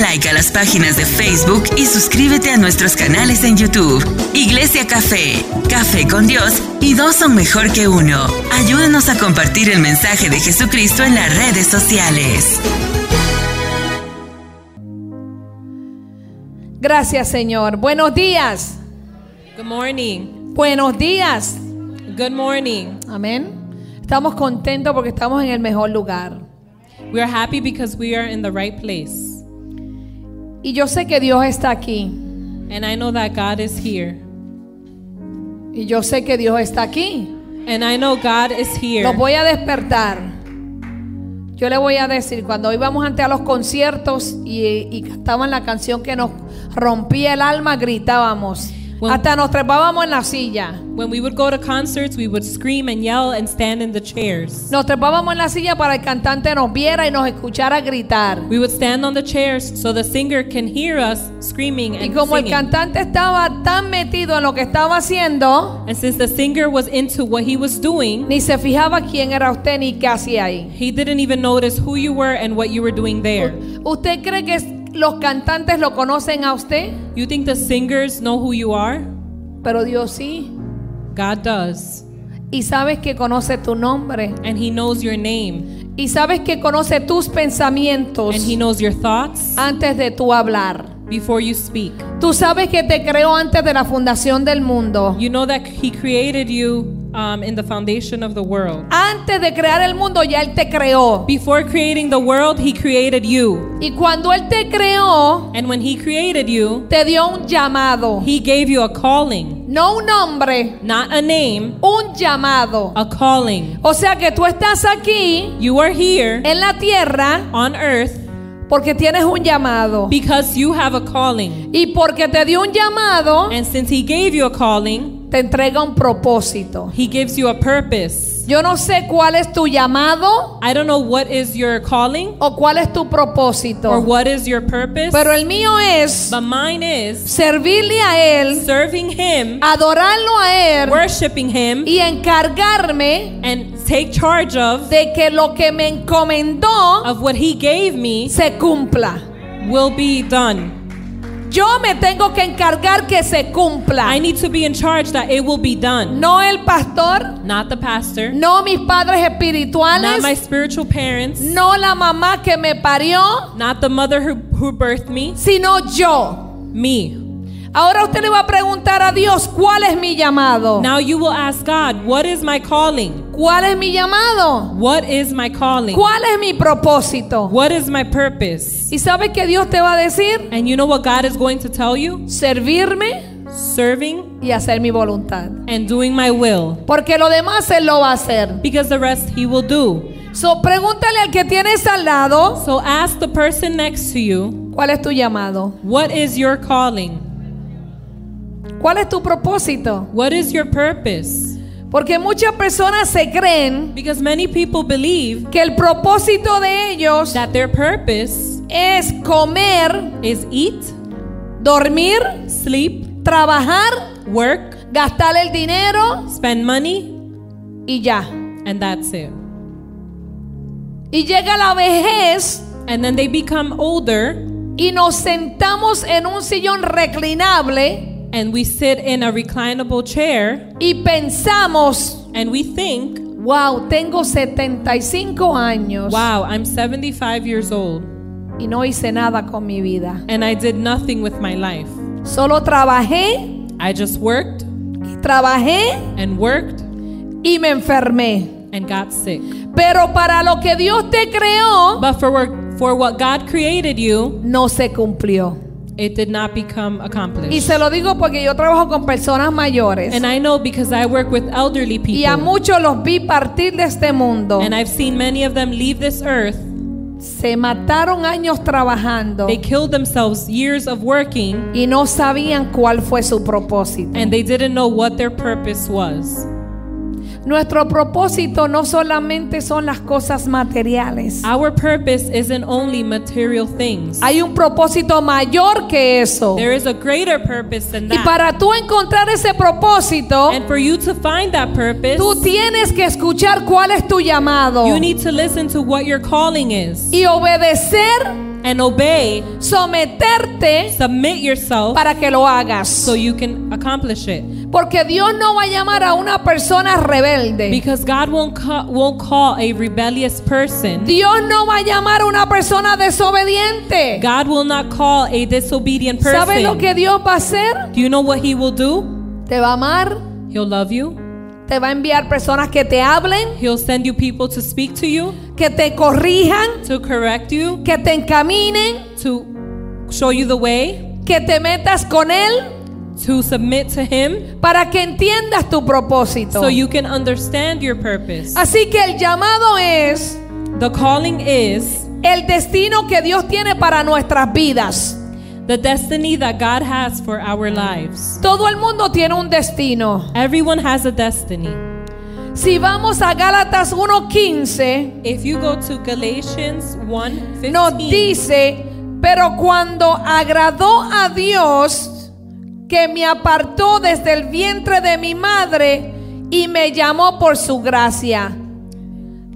like a las páginas de Facebook y suscríbete a nuestros canales en YouTube. Iglesia Café, Café con Dios y dos son mejor que uno. Ayúdanos a compartir el mensaje de Jesucristo en las redes sociales. Gracias, Señor. Buenos días. Good morning. Buenos días. Good morning. Amén. Estamos contentos porque estamos en el mejor lugar. We are happy because we are in the right place. Y yo sé que Dios está aquí. And I know that God is here. Y yo sé que Dios está aquí. And I know God is here. Los voy a despertar. Yo le voy a decir, cuando íbamos ante a los conciertos y, y cantaban la canción que nos rompía el alma, gritábamos. Bueno. Hasta nos trepábamos en la silla. When we would go to concerts, we would scream and yell and stand in the chairs. Nos trepábamos en la silla para que el cantante nos viera y nos escuchara gritar. We would stand on the chairs so the singer can hear us screaming Y and como el singing. cantante estaba tan metido en lo que estaba haciendo, And since the singer was into what he was doing, ni se fijaba quién era usted ni qué hacía ahí. he didn't even notice who you were and what you were doing there. ¿Usted cree que es- los cantantes lo conocen a usted? You think the singers know who you are? Pero Dios sí. God does. Y sabes que conoce tu nombre. And he knows your name. Y sabes que conoce tus pensamientos And he knows your thoughts antes de tu hablar. before you speak. Tú sabes que te creó antes de la fundación del mundo. You know that He created you um, in the foundation of the world. Antes de crear el mundo ya Él te creó. Before creating the world, He created you. Y cuando Él te creó, And when He created you, te dio un llamado. He gave you a calling, No un nombre, not a name, un llamado. a calling. O sea que tú estás aquí You are here en la tierra on earth porque tienes un llamado. because you have a calling. Y porque te dio un llamado, And since He gave you a calling, te entrega un propósito. He gives you a purpose. Yo no sé cuál es tu llamado I don't know what is your calling o cuál es tu or propósito, what is your purpose, pero el mío es but mine is servirle a Él, serving Him, adorarlo a Él worshiping Him, y encargarme and take charge of de que lo que me encomendó of what he gave me se cumpla. will be done. Yo me tengo que encargar que se cumpla. I need to be in charge that it will be done. No el pastor, Not the pastor, no mis padres not my espirituales, spiritual parents, no la mamá que me parió, not the mother who, who birthed me, sino yo. me. Ahora usted le va a preguntar a Dios, ¿cuál es mi llamado? Now you will ask God, what is my calling? ¿Cuál es mi llamado? What is my calling? ¿Cuál es mi propósito? What is my purpose? ¿Y sabe que Dios te va a decir? And you know what God is going to tell you? Servirme Serving y hacer mi voluntad. and doing my will. Porque lo demás Él lo va a hacer. Because the rest he will do. So, pregúntale al que tienes al lado, So ask the person next to you, ¿cuál es tu llamado? what is your calling? ¿Cuál es tu propósito? What is your purpose? Porque muchas personas se creen Because many people believe que el propósito de ellos that their purpose es comer, is eat, dormir, sleep, trabajar, work, gastar el dinero spend money, y ya. and that's it. Y llega la vejez And then they become older y nos sentamos en un sillón reclinable and we sit in a reclinable chair y pensamos, and we think, wow, tengo 75 años wow, I'm 75 years old y no hice nada con mi vida. and I did nothing with my life. Solo trabajé, I just worked y trabajé and worked y me enfermé. and got sick. Pero para lo que Dios te creó, But for, work, for what God created you, no se cumplió. it did not become Y accomplished. se lo digo porque yo trabajo con personas mayores. And I know because I work with elderly Y a people. muchos los vi partir de este mundo. And I've seen many of them leave this earth. Se mataron años trabajando They killed themselves years of working y no sabían cuál fue su propósito. and they didn't know what their purpose was. Nuestro propósito no solamente son las cosas materiales. Our purpose isn't only material things, Hay un propósito mayor que eso. there is a greater purpose than Oh. Y that. para tú encontrar ese propósito, And for you to find that purpose, tú tienes que escuchar cuál es tu llamado you need to listen to what your calling is y obedecer and and obey, someterte submit yourself para que lo hagas. so you can accomplish it. Porque Dios no va a llamar a una persona rebelde. Because God won't call, won't call a rebellious person. Dios no va a llamar a una persona desobediente. God will not call a disobedient ¿Sabes lo person. que Dios va a hacer? Do you know what he will do? Te va a amar, He'll love you. te va a enviar personas que te hablen, He'll send you people to speak to you, que te corrijan, to correct you, que te encaminen, to show you the way, que te metas con Él to submit to him para que entiendas tu propósito. so you can understand your purpose. Así que el llamado es The calling is el destino que Dios tiene para nuestras vidas. the destiny that God has for our lives. Todo el mundo tiene un destino. Everyone has a destiny. Si vamos a Gálatas 1.15, If you go to Galatians 1 nos dice, pero cuando agradó a Dios, que me apartó desde el vientre de mi madre y me llamó por su gracia.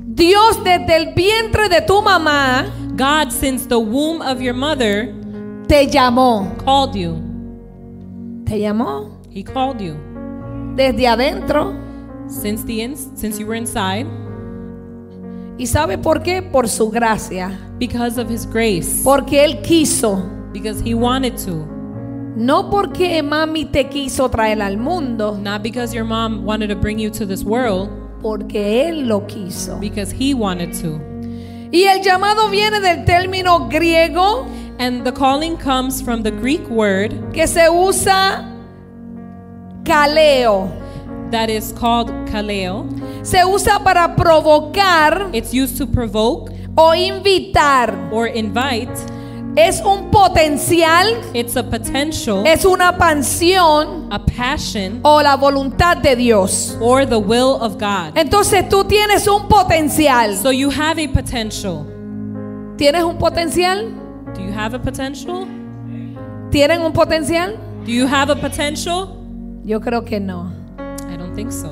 Dios desde el vientre de tu mamá God, since the womb of your mother, te llamó. called you. Te llamó He called you. desde adentro. Since the ins since you were inside, ¿Y sabe por qué? Por su gracia. because of His grace, Porque Él quiso. because He wanted to, No porque mami te quiso traer al mundo. not because your mom wanted to bring you to this world, Porque Él lo quiso. because He wanted to. Y el llamado viene del término griego And the calling comes from the Greek word que se usa caleo. that is called kaleo. Se usa para provocar It's used to provoke o invitar. or invite. Es un potencial, It's a potential, es una pasión a passion, o la voluntad de Dios. or the will of God. Entonces tú tienes un potencial. So you have a potential. ¿Tienes un potencial? Do you have a potential? ¿Tienen un potencial? Do you have a potential? Yo creo que no. I don't think so.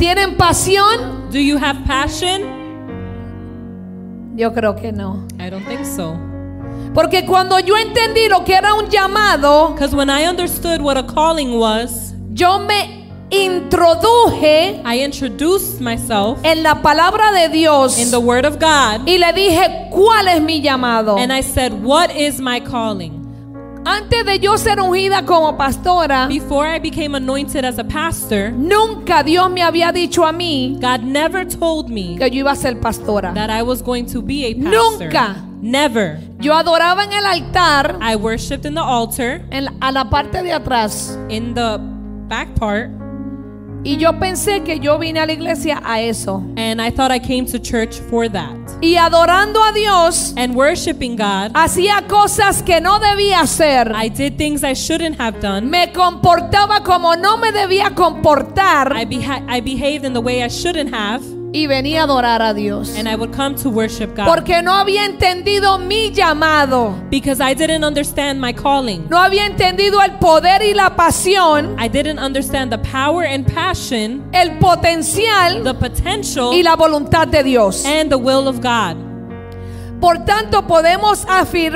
¿Tienen pasión? Do you have passion? Yo creo que no. I don't think so. Porque cuando yo entendí lo que era un llamado, Because when I understood what a calling was, yo me introduje I introduced myself en la palabra de Dios in the Word of God y le dije cuál es mi llamado. and I said, What is my calling? Antes de yo ser ungida como pastora, Before I became anointed as a pastor, nunca Dios me había dicho a mí God never told me que yo iba a ser pastora. that I was going to be a pastor. Nunca. Never. Yo adoraba en el altar, I worshiped in the altar en la- a la parte de atrás, in the back part, y yo pensé que yo vine a la iglesia a eso. and I thought I came to church for that. Y adorando a Dios, And worshiping God, hacía cosas que no debía hacer. I did things I shouldn't have done. me comportaba como no me debía comportar I, beha- I behaved in the way I shouldn't have, y venía a adorar a Dios. and I would come to worship God Porque no había entendido mi llamado, because I didn't understand my calling. no había entendido el poder y la pasión, I didn't understand the power and passion, el potencial the potential, y la voluntad de Dios. and the will of God. Por tanto, podemos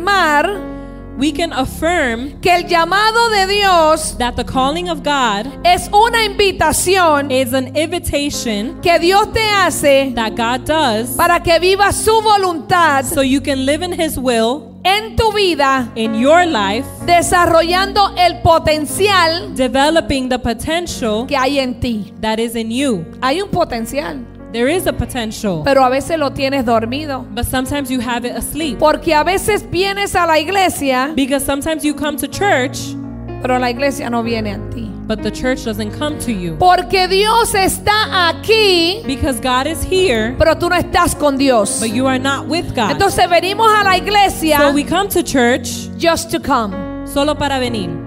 afirmar We can affirm que el llamado de Dios that the calling of God es una invitación is an invitation que Dios te hace that God does para que vivas su voluntad so you can live in His will en tu vida, in your life, desarrollando el potencial developing the potential que hay en ti. that is in you. Hay un potencial, There is a potential, pero a veces lo tienes dormido. but sometimes you have it asleep. Porque a veces vienes a la iglesia, Because sometimes you come to church, pero la iglesia no viene a ti. but the church doesn't come to you. Porque Dios está aquí, Because God is here, pero tú no estás con Dios. but you are not with God. Entonces venimos a la iglesia So we come to church just to come. solo para venir,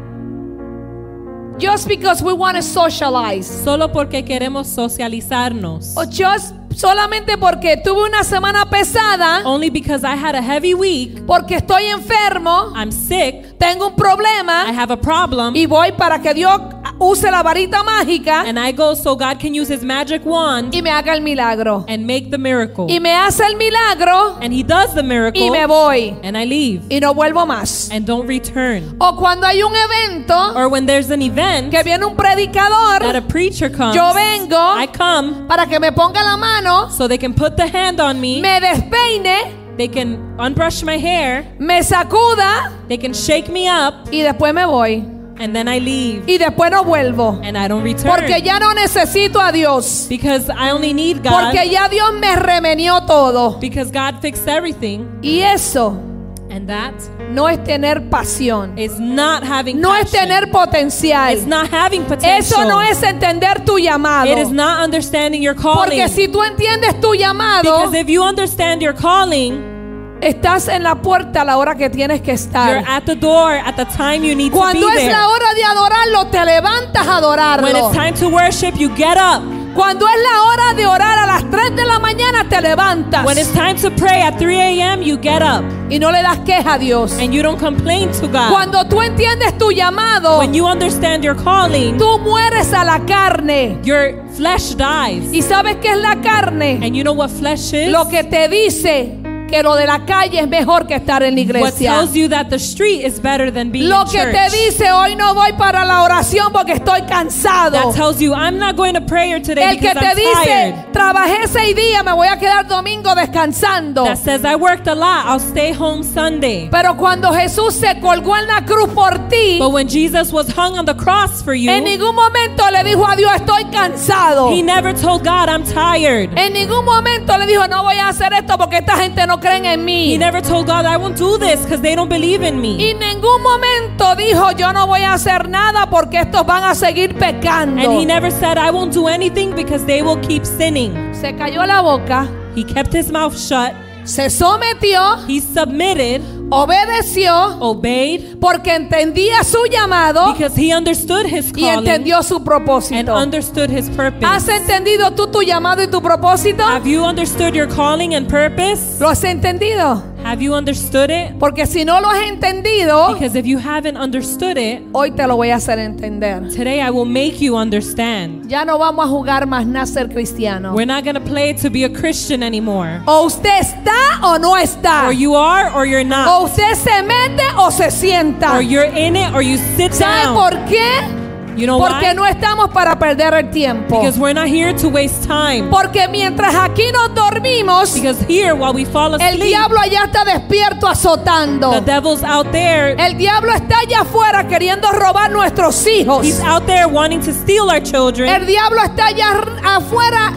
Just because we want to socialize. solo porque queremos socializarnos. O just solamente porque tuve una semana pesada, Only because I had a heavy week, porque estoy enfermo, I'm sick, tengo un I problema have a problem, y voy para que Dios use la varita mágica And I go so God can use his magic wand y me haga el milagro. and make the miracle. Y me hace el milagro And he does the y me miracle voy. and I leave Y no vuelvo más. and don't return. O cuando hay un evento Or when there's an event que viene un that predicador, a preacher comes, yo vengo I come para que me ponga la mano, so they can put the hand on me, me despeine, they can unbrush my hair, me sacuda they can shake me up, y después me voy. and then I leave Y después no vuelvo. and I don't return. Porque ya no necesito a Dios. Because I only need God. Porque ya Dios me remenió todo. Because God fixed everything. Y eso And that no es tener pasión. is not having No es passion. tener It's potencial. not having potential. Eso no es entender tu llamado. It is not understanding your calling. Porque si tú entiendes tu llamado, because if you understand your calling, estás en la puerta a la hora que tienes que you're estar. at the door at the time you need to be Cuando es there. la hora de adorarlo, te levantas a when adorarlo. it's time to worship, you get up. Cuando es la hora de orar a las 3 de la mañana, te levantas. When it's time to pray at 3 a.m., you get up Y no le das queja a Dios. and you don't complain to God. Cuando tú entiendes tu llamado, when you understand your calling, tú mueres a la carne. your flesh dies. ¿Y sabes qué es la carne? And you know what flesh is? Lo que te dice que lo de la calle es mejor que estar en la what iglesia. tells you that the street is better than being Lo in que church. te dice hoy no voy para la oración porque estoy cansado. that tells you I'm not going to prayer today El que because te I'm dice, tired. trabajé seis días, me voy a quedar domingo descansando. That says I worked a lot. I'll stay home Sunday. Pero cuando Jesús se colgó en la cruz por ti, But when Jesus was hung on the cross for you, en ningún momento le dijo a Dios, estoy cansado. he never told God I'm tired. En ningún momento le dijo, no voy a hacer esto porque esta gente no creen en he mí. never told God I won't do this because they don't believe in me. Y en ningún momento dijo, yo no voy a hacer nada porque estos van a seguir and he pecando. never said I won't do anything because they will keep sinning. Se cayó la boca, He kept his mouth shut. se sometió, He submitted, obedeció, obeyed porque entendía su llamado because he understood his y calling entendió su and propósito. understood his purpose. ¿Has entendido tú tu llamado y tu propósito? Have you understood your calling and purpose? ¿Lo has entendido? Have you understood it? Porque si no lo has entendido, Because if you haven't understood it, hoy te lo voy a hacer entender. today I will make you understand. Ya no vamos a jugar más nada a ser cristiano. We're not going to play to be a Christian anymore. O usted está o no está. Or you are or you're O not. usted se mete o se sienta. Or you're in it or you sit ¿Sabe down. por qué? You know Porque why? no estamos para perder el tiempo. Because we're not here to waste time. Porque mientras aquí nos dormimos, Because here, while we fall el asleep, diablo allá está despierto azotando. the devil's out there. El diablo está allá afuera queriendo robar nuestros He's hijos. out there wanting to steal our El children. diablo está allá ar- afuera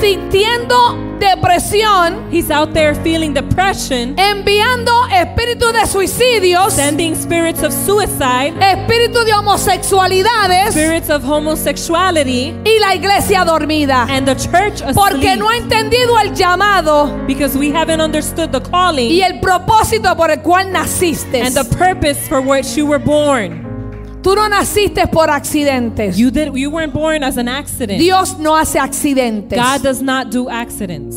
sintiendo depresión, He's out there feeling depression, enviando espíritus de suicidios, sending spirits of suicide, espíritus de homosexualidades spirits of homosexuality, y la iglesia dormida. and the church Porque no ha asleep. entendido el llamado Because we haven't understood the calling. y el propósito por el cual naciste. and the purpose for which you were born. Tú no naciste por accidentes. You did you weren't born as an accident. Dios no hace accidentes. God does not do accidents.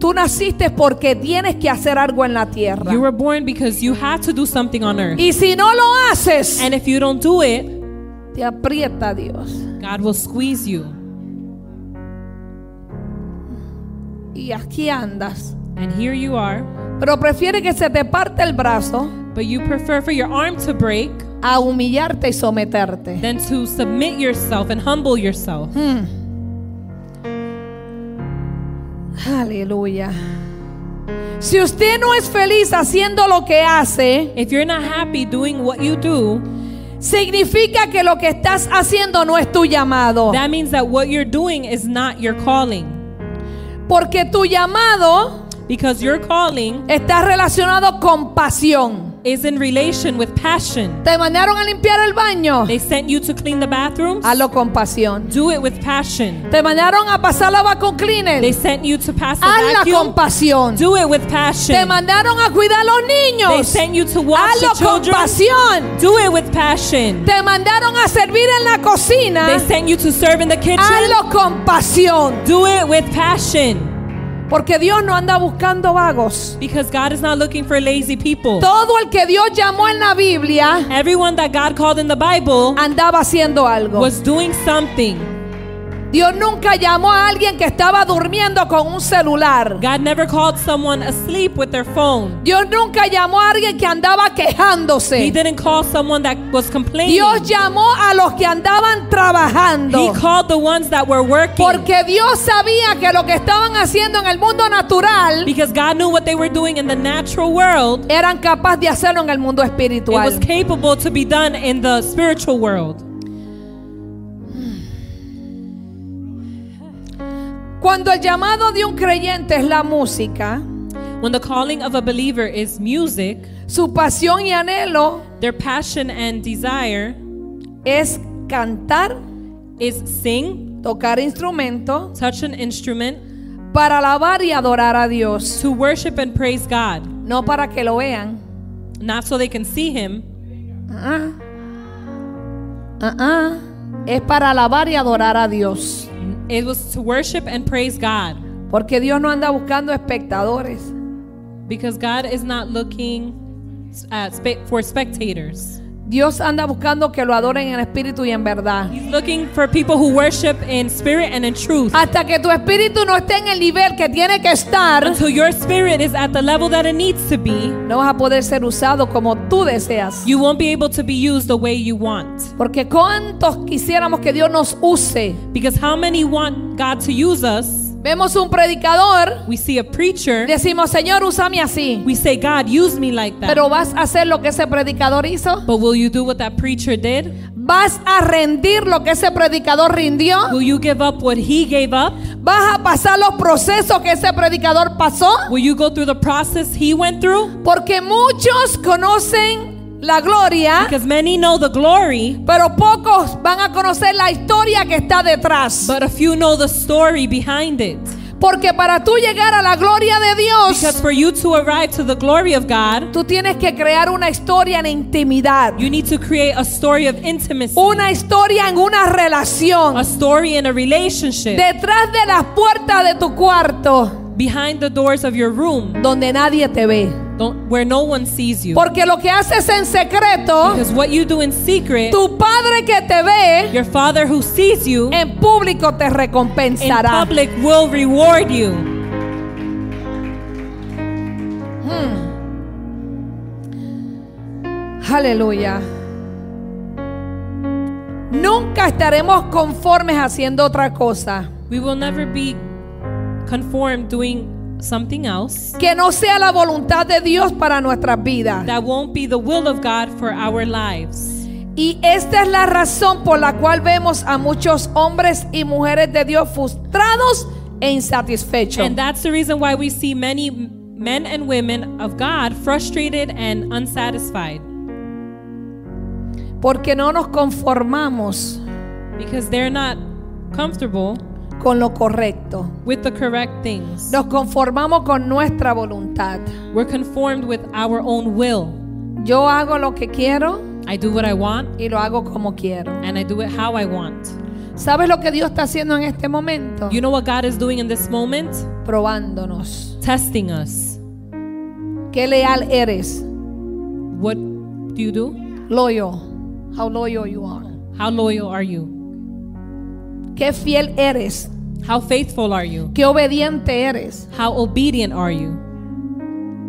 Tú naciste porque tienes que hacer algo en la tierra. You were born because you had to do something on earth. Y si no lo haces, And if you don't do it, te aprieta Dios. God will squeeze you. Y aquí andas. And here you are, Pero prefiere que se te parte el brazo but you prefer for your arm to break a humillarte y someterte. than to submit yourself and humble yourself. Aleluya. Si usted no es feliz haciendo lo que hace, If you're not happy doing what you do, significa que lo que estás haciendo no es tu llamado. that means that what you're doing is not your calling. Porque tu llamado Because your calling está relacionado con pasión. is in relation with passion. Te mandaron a limpiar el baño. They sent you to clean the bathrooms. Hazlo con pasión. Do it with passion. Te mandaron a pasar la vacuna They cleaner. sent you to pass the Hazla con vacuum. pasión. Do it with Te passion. mandaron a cuidar a los They niños. sent you to watch Hazlo the con children. pasión. Do it with passion. Te mandaron a servir en la cocina. They sent you to serve in the kitchen. Hazlo con pasión. Do it with passion. Porque Dios no anda buscando vagos. Because God is not looking for lazy people. Todo el que Dios llamó en la Biblia Everyone that God called in the Bible andaba haciendo algo. was doing something. Dios nunca llamó a alguien que estaba durmiendo con un celular. God never called someone asleep with their phone. Dios nunca llamó a alguien que andaba He quejándose. didn't call someone that was complaining. Dios llamó a los que andaban trabajando. He called the ones that were working. Porque Dios sabía que lo que estaban haciendo en el mundo natural Because God knew what they were doing in the natural world, eran capaces de hacerlo en el mundo it was espiritual. capable to be done in the spiritual world. Cuando el llamado de un creyente es la música, When the calling of a believer is music, su pasión y anhelo their passion and desire es cantar, is sing, tocar instrumentos touch an instrument, para alabar y adorar a Dios, to worship and praise God, no para que lo vean. not so they can see Him. Ah, ah, ah. Es para alabar y adorar a Dios. It was to worship and praise God. Porque Dios no anda buscando espectadores. Because God is not looking at spe- for spectators. Dios anda buscando que lo adoren en espíritu y en verdad. He's looking for people who worship in spirit and in truth. Hasta que tu espíritu no esté en el nivel que tiene que estar, Until your spirit is at the level that it needs to be, no vas a poder ser usado como tú deseas. you won't be able to be used the way you want. Porque cuántos quisiéramos que Dios nos use. Because how many want God to use us? Vemos un predicador, We see a preacher, decimos, Señor, úsame así. we say, God, use me like that. Pero vas a hacer lo que ese predicador hizo. But will you do what that preacher did? Vas a rendir lo que ese predicador rindió. Will you give up what he gave up? Vas a pasar los procesos que ese predicador pasó. Will you go through the process he went through? Porque muchos conocen la gloria, Because many know the glory, pero pocos van a conocer la historia que está detrás. but a few know the story behind it. Porque para tú llegar a la gloria de Because Dios, for you to arrive to the glory of God, tú tienes que crear una historia en intimidad, you need to create a story of intimacy, una historia en una a relación, story in a relationship detrás de las puertas de tu cuarto, behind the doors of your room donde nadie te ve. don't- where no one sees you. Porque lo que haces en secreto, Because what you do in secret, tu padre que te ve, your father who sees you en público te in recompensará. public will reward you. Aleluya. Nunca estaremos conformes haciendo otra cosa We will never be conformed doing something else que no sea la voluntad de Dios para nuestras vidas. that won't be the will of God for our lives. Y esta es la razón por la cual vemos a muchos hombres y mujeres de Dios frustrados e insatisfechos. And that's the reason why we see many men and women of God frustrated and unsatisfied. Porque no nos conformamos because they're not comfortable con lo correcto. with the correct things. Nos conformamos con nuestra voluntad. We're conformed with our own will. Yo hago lo que quiero I do what I want y lo hago como quiero. and I do it how I want. ¿Sabes lo que Dios está haciendo en este momento? You know what God is doing in this moment? Probándonos. Testing us. ¿Qué leal eres? What do you do? Loyal. How loyal you are. How loyal are you? ¿Qué fiel eres? How faithful are you? ¿Qué obediente eres? How obedient are you?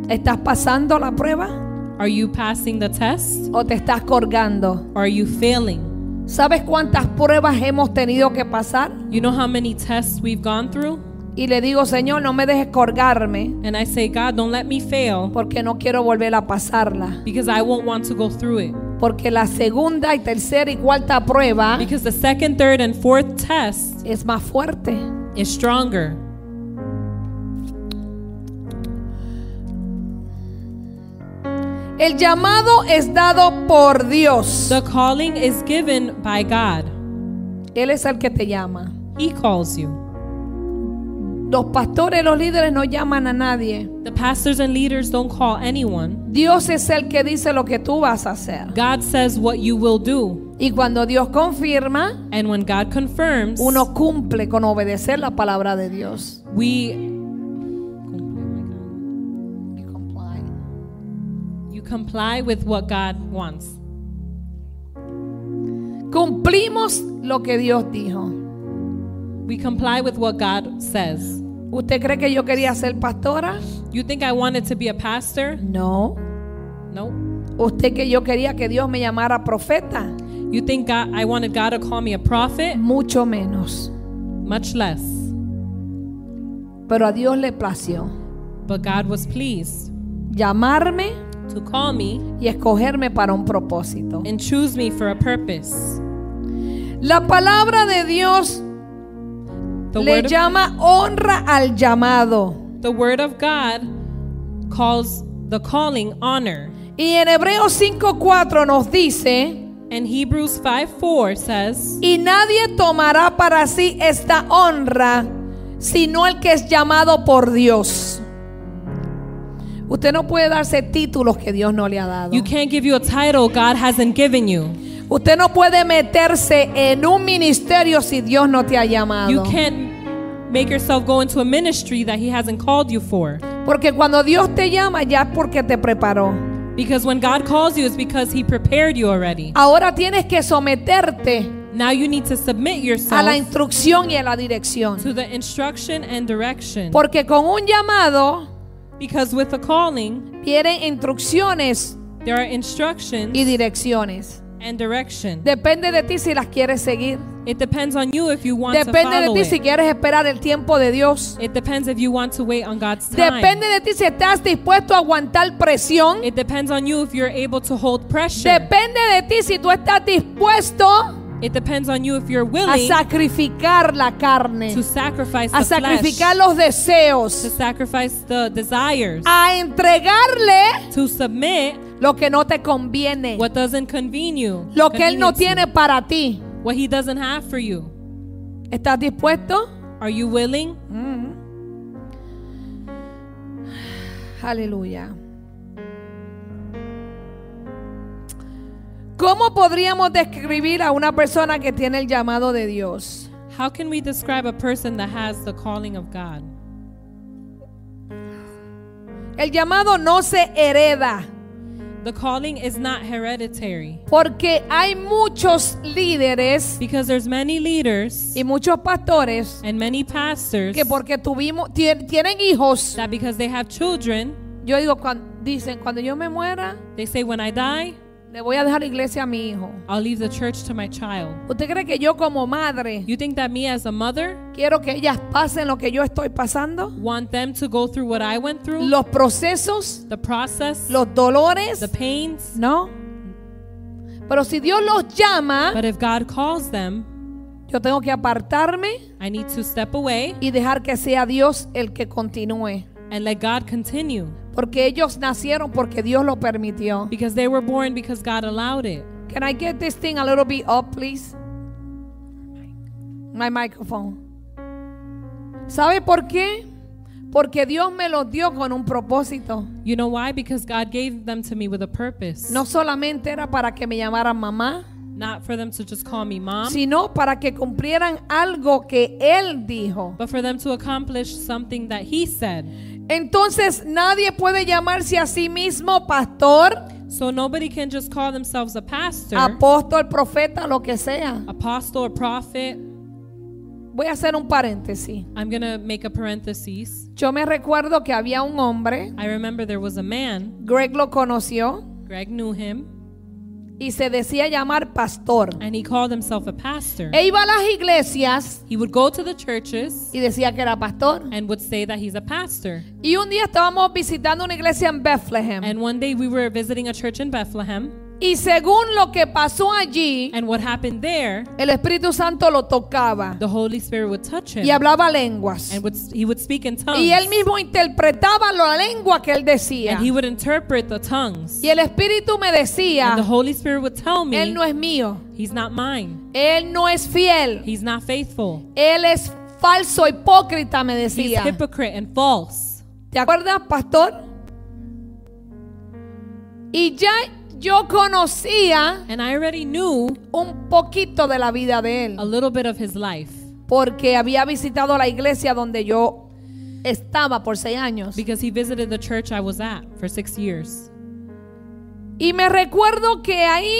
¿Estás pasando la prueba? Are you passing the test? o te estás colgando. Are you failing? ¿Sabes cuántas pruebas hemos tenido que pasar? You know how many tests we've gone through? Y le digo, Señor, no me dejes colgarme And I say, God, don't let me fail porque no quiero volver a pasarla. because I won't want to go through it. Porque la segunda y tercera y cuarta prueba Because the second, third, and fourth test es más fuerte. is stronger. El llamado es dado por Dios. The calling is given by God. Él es el que te llama. He calls you. Los pastores, los líderes no llaman a nadie. The pastors and leaders don't call anyone. Dios es el que dice lo que tú vas a hacer. God says what you will do. Y cuando Dios confirma, And when God confirms, uno cumple con obedecer la palabra de Dios. we You comply with what God wants. Cumplimos lo que Dios dijo. We comply with what God says. ¿Usted cree que yo quería ser pastora? You think I wanted to be a pastor? No. No. ¿Usted que yo quería que Dios me llamara profeta? You think God, I wanted God to call me a prophet? Mucho menos. Much less. Pero a Dios le plació But God was pleased llamarme to call me y escogerme para un propósito. and choose me for a purpose. La palabra de Dios The le word, of, llama honra al llamado. the word of God calls the calling honor. Y en Hebreos 5:4 nos dice, And Hebrews 5 4 says, y nadie tomará para sí esta honra, sino el que es llamado por Dios. Usted no puede darse títulos que Dios no le ha dado. You can't give you a title God hasn't given you. Usted no puede meterse en un ministerio si Dios no te ha You llamado. can't make yourself go into a ministry that He hasn't called you for. Porque cuando Dios te llama ya es porque te preparó. Because when God calls you, it's because He prepared you already. Ahora tienes que someterte Now you need to submit a la yourself instrucción y a la dirección. to the instruction and direction. Porque con un llamado Because with a calling, vienen instrucciones there are instructions y direcciones. and direction. Depende de ti si las quieres seguir. It depends on you if you want to Depende de follow ti si it. quieres esperar el tiempo de Dios. It depends if you want to wait on God's time. Depende de ti si estás dispuesto a aguantar presión. It depends on you if you're able to hold pressure. Depende de ti si tú estás dispuesto It depends on you if you're a willing sacrificar la carne, to sacrifice a the sacrificar flesh, los to deseos, sacrifice the desires, a entregarle to submit lo que no te conviene, what doesn't convene you, lo que Él no convenience tiene para ti. you, what He doesn't have for you. ¿Estás dispuesto? Are you willing? Aleluya. ¿Cómo podríamos describir a una persona que tiene el llamado de Dios? How can we describe a person that has the calling of God? El llamado no se hereda The calling is not hereditary porque hay muchos líderes because there's many leaders y muchos pastores and many pastors que porque tuvimos tien- tienen hijos. that because they have children, Yo digo, cuan- dicen, cuando yo me muera, they say, when I die, le voy a dejar la iglesia a mi hijo. I'll leave the church to my child. ¿Usted cree que yo como madre You think that me as a mother quiero que ellas pasen lo que yo estoy pasando? want them to go through what I went through? Los procesos, The process, los dolores, the pains. ¿no? Pero si Dios los llama, But if God calls them, yo tengo que apartarme I need to step away y dejar que sea Dios el que continúe. and let God continue Porque ellos nacieron porque Dios lo permitió. because they were born because God allowed it. Can I get this thing a little bit up, please? My microphone. ¿Sabe por qué? Porque Dios me los dio con un propósito. You know why? Because God gave them to me with a purpose. No solamente era para que me llamaran mamá, Not for them to just call me mom, sino para que cumplieran algo que Él dijo. but for them to accomplish something that He said. Entonces nadie puede llamarse a sí mismo pastor, So nobody can just call themselves a pastor, apóstol, profeta, lo que sea. apostle, or prophet. Voy a hacer un paréntesis. I'm going to make a parenthesis. Yo me recuerdo que había un hombre, I remember there was a man, Greg lo conoció, Greg knew him, y se decía llamar pastor. and he called himself a pastor. E iba a las iglesias He would go to the churches y decía que era pastor. and would say that he's a pastor. Y un día estábamos visitando una iglesia en Bethlehem. And one day we were visiting a church in Bethlehem, Y según lo que pasó allí, and what happened there, el Espíritu Santo lo tocaba the Holy Spirit would touch him y hablaba lenguas. and would he would speak in tongues. Y él mismo interpretaba la lengua que él decía. and he would interpret the tongues. Y el Espíritu me decía, And the Holy Spirit would tell él me, no es mío, he's not mine. él no es fiel, He's not faithful. él es falso, hipócrita, me He's decía. hypocrite and false. ¿Te acuerdas, pastor? Y ya yo conocía And I already knew un poquito de la vida de a él, little bit of his life porque había visitado la iglesia donde yo estaba por seis años. because he visited the church I was at for 6 years. Y me recuerdo que ahí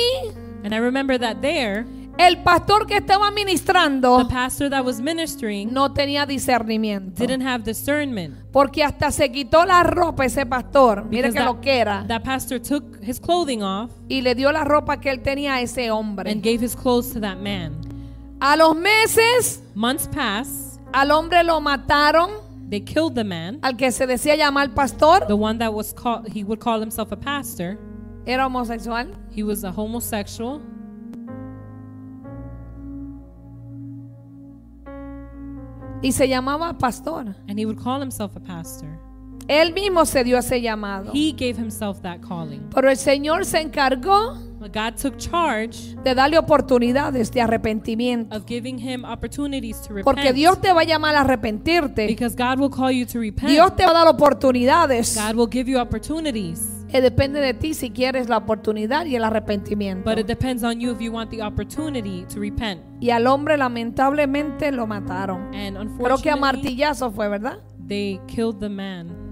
And I remember that there, el pastor que estaba the ministrando pastor that was ministering Oh. no tenía discernimiento. didn't have discernment. Porque hasta se quitó la ropa ese pastor. Mire because que lo que era. that pastor took his clothing off Y le dio la ropa que él tenía a ese hombre. and gave his clothes to that man. A los meses, Months pass, al hombre lo mataron. they killed the man. Al que se decía llamar pastor, The one that was called, he would call himself a pastor. era homosexual. He was a homosexual. Y se llamaba pastor. And he would call himself a pastor. Él mismo se dio ese llamado. He gave himself that calling. Pero el Señor se encargó But God took charge de darle oportunidades de arrepentimiento. of giving him opportunities to repent. Porque Dios te va a llamar a arrepentirte. because God will call you to repent. Dios te va a dar oportunidades. God will give you opportunities. Eh, Depende de ti si quieres la oportunidad y el arrepentimiento. But it depends on you if you want the opportunity to repent. Y al hombre lamentablemente lo mataron. And Creo que a unfortunately, martillazo fue, ¿verdad? they killed the man.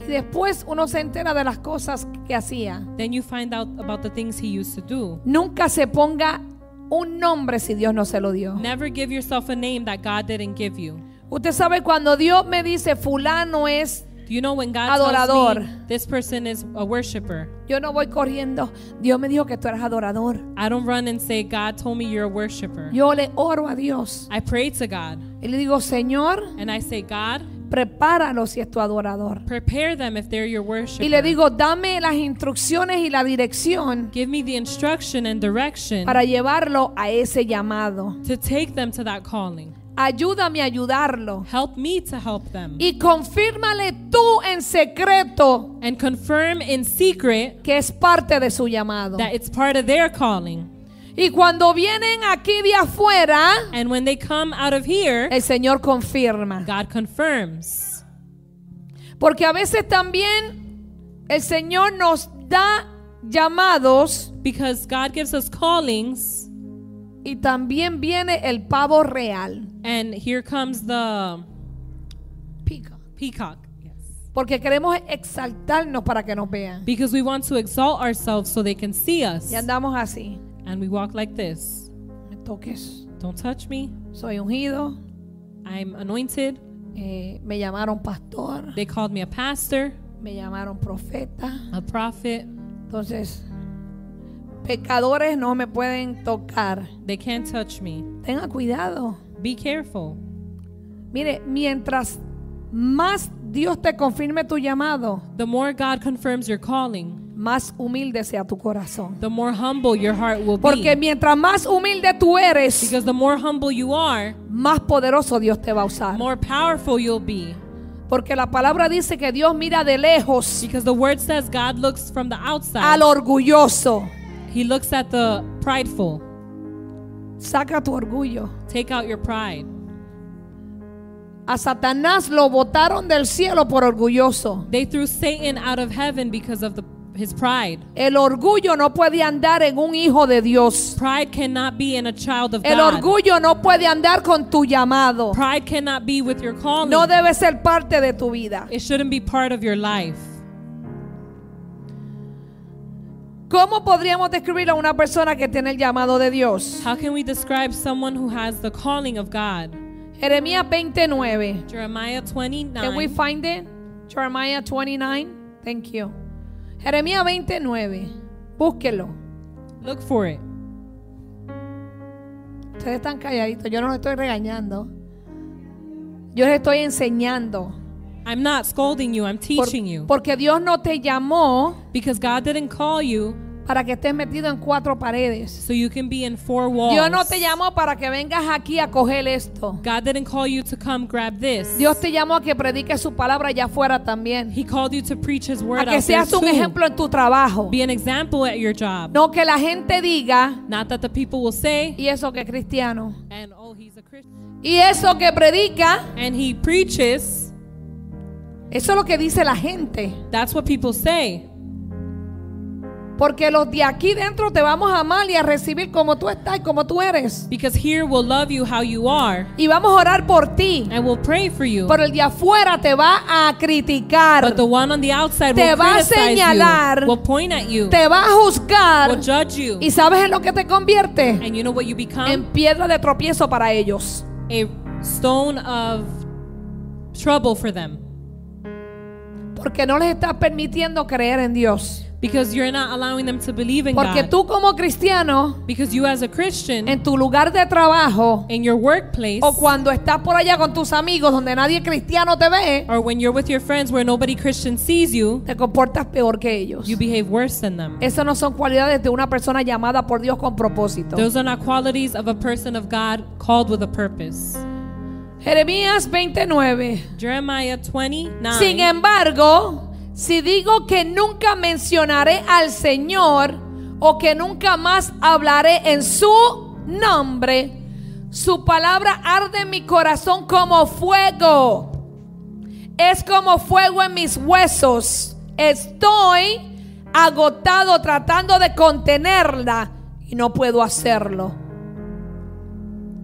Y después uno se entera de las cosas que hacía. Then you find out about the things he used to do. Nunca se ponga un nombre si Dios no se lo dio. Never give yourself a name that God didn't give you. Usted sabe cuando Dios me dice fulano es, Do you know when God tells me Adorador. this person is a worshiper? yo no voy corriendo. Dios me dijo que tú eres adorador. I don't run and say, God told me you're a worshiper. Yo le oro a Dios I pray to God y le digo, Señor, and I say, God, prepáralo si es tu adorador. prepare them if they're your worshiper. Y le digo, dame las instrucciones y la dirección Give me the instruction and direction para llevarlo a ese llamado. to take them to that calling. Ayúdame a ayudarlo. Help me to help them. Y confírmale tú en secreto And confirm in secret que es parte de su llamado. that it's part of their calling. Y cuando vienen aquí de afuera, And when they come out of here, el Señor confirma. God confirms. Porque a veces también el Señor nos da llamados Because God gives us callings, y también viene el pavo real. and here comes the Pica. peacock. Yes. Porque queremos exaltarnos para que nos vean. Because we want to exalt ourselves so they can see us. Y andamos así. And we walk like this. Me toques. Don't touch me. Soy ungido. I'm anointed. eh, me llamaron pastor. They called me a pastor, Me llamaron profeta. a prophet. Entonces, pecadores no me pueden tocar. They can't touch me. Tenga cuidado. Be careful. Mire, mientras más Dios te confirme tu llamado, The more God confirms your calling, más humilde sea tu corazón. the more humble your heart will Porque be. mientras más humilde tú eres, Because the more humble you are, más poderoso Dios te va a usar. more powerful you'll be. Porque la palabra dice que Dios mira de lejos Because the word says God looks from the al outside. orgulloso. He looks at the prideful. Saca tu orgullo. Take out your pride. A Satanás lo botaron del cielo por orgulloso. They threw Satan out of heaven because of the, his pride. El orgullo no puede andar en un hijo de Dios. Pride cannot be in a child of El God. orgullo no puede andar con tu llamado. Pride cannot be with your calling. No debe ser parte de tu vida. it shouldn't be part of your life. ¿Cómo podríamos describir a una persona que tiene el llamado de Dios? How can we describe someone who has the calling of God? Jeremías 29. Jeremiah Can we 29. find it? Jeremiah 29. Thank you. Jeremías 29. Búsquelo. Look for it. Ustedes están calladitos. Yo no los estoy regañando. Yo les estoy enseñando. I'm not scolding you, I'm Por- teaching you. porque Dios no te llamó Because God didn't call you para que estés metido en cuatro paredes. so you can be in four walls. Dios no te llamó para que vengas aquí a coger esto. God didn't call you to come grab this. Dios te llamó a que prediques su palabra allá afuera también. He called you to preach his A word que out there seas un too. ejemplo en tu trabajo. Be an example at your job. No que la gente diga, Not that the people will say, y eso que es cristiano. and oh, he's a Christian. Y eso que predica, And he preaches. eso es lo que dice la gente. That's what people say. Porque los de aquí dentro te vamos a amar y a recibir como tú estás y como tú eres. Because here we'll love you how you are Y vamos a orar por ti. and we'll pray for you. Pero el de afuera te va a criticar. But the one on the outside Te will va a criticize señalar. you, will point at you, Te va a juzgar. will judge you. ¿Y sabes en lo que te convierte? And you know what you become? En piedra de tropiezo para ellos. a stone of trouble for them Porque no les estás permitiendo creer en Dios. because you're not allowing them to believe in Porque God. tú como cristiano, because you, as a Christian, en tu lugar de trabajo, in your workplace, o cuando estás por allá con tus amigos donde nadie cristiano te ve, or when you're with your friends where nobody Christian sees you, te comportas peor que ellos. you behave worse than them. Esas no son cualidades de una persona llamada por Dios con propósito. Those are not qualities of a person of God called with a purpose. Jeremías 29. Jeremiah 29. Sin embargo, si digo que nunca mencionaré al Señor o que nunca más hablaré en su nombre, su palabra arde en mi corazón como fuego. Es como fuego en mis huesos. Estoy agotado tratando de contenerla y no puedo hacerlo.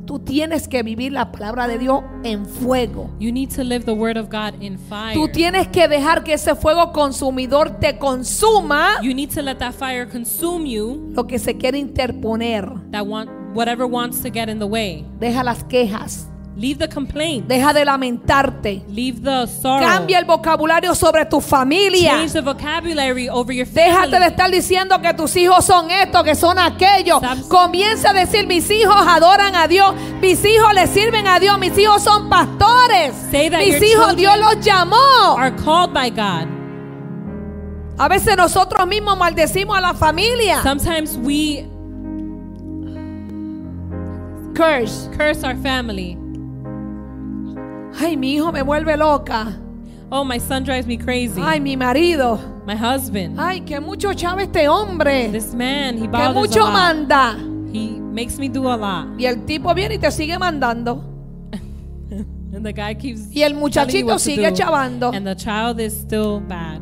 Tú tienes que vivir la palabra de Dios en fuego. you need to live the word of God in fire. Tú tienes que dejar que ese fuego consumidor te consuma you need to let that fire consume you. lo que se quiere interponer. That want whatever wants to get in the way. Deja las quejas, Leave the complaint. deja de lamentarte. Leave the sorrow. Cambia el vocabulario sobre tu familia. Change the vocabulary over your family. Déjate de estar diciendo que tus hijos son estos, que son aquellos. Stop. Comienza a decir, mis hijos adoran a Dios, mis hijos le sirven a Dios, mis hijos son pastores. Say that Mis your hijos children Dios los llamó. Are called by God. A veces nosotros mismos maldecimos a la familia. Sometimes we Curse. curse our family. Ay, mi hijo me vuelve loca. Oh, my son drives me crazy. Ay, mi marido. my husband. Ay, que mucho chava este hombre. This man, he Que bothers a mucho lot. manda. He makes me do a lot. Y el tipo viene y te sigue mandando. And the guy keeps Y el telling you muchachito what to sigue do. chavando. And the child is still bad.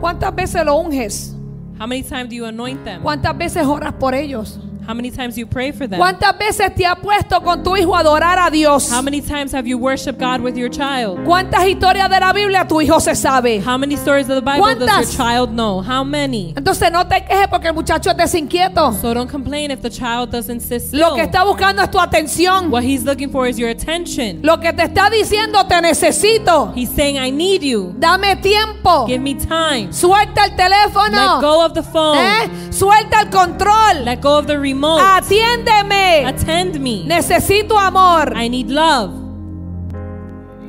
¿Cuántas veces lo unges? How many times do you anoint them? ¿Cuántas veces oras por ellos? How many times do you pray for them? ¿Cuántas veces te ha puesto con tu hijo a adorar a Dios? How many times have you worshiped God with your child? ¿Cuántas historias de la Biblia tu hijo se sabe? How many stories of the Bible does ¿Cuántas? your child know? How many? Entonces no te quejes porque el muchacho es desinquieto. So don't complain if the child doesn't sit Lo still. que está buscando es tu atención. What he's looking for is your attention. Lo que te está diciendo te necesito. He's saying, I need you. Dame tiempo. Give me time. Suelta el Let teléfono. go of the phone. ¿Eh? Ah, Suelta el control. Let go of the remote. Atiéndeme. Attend me. Necesito amor. I need love.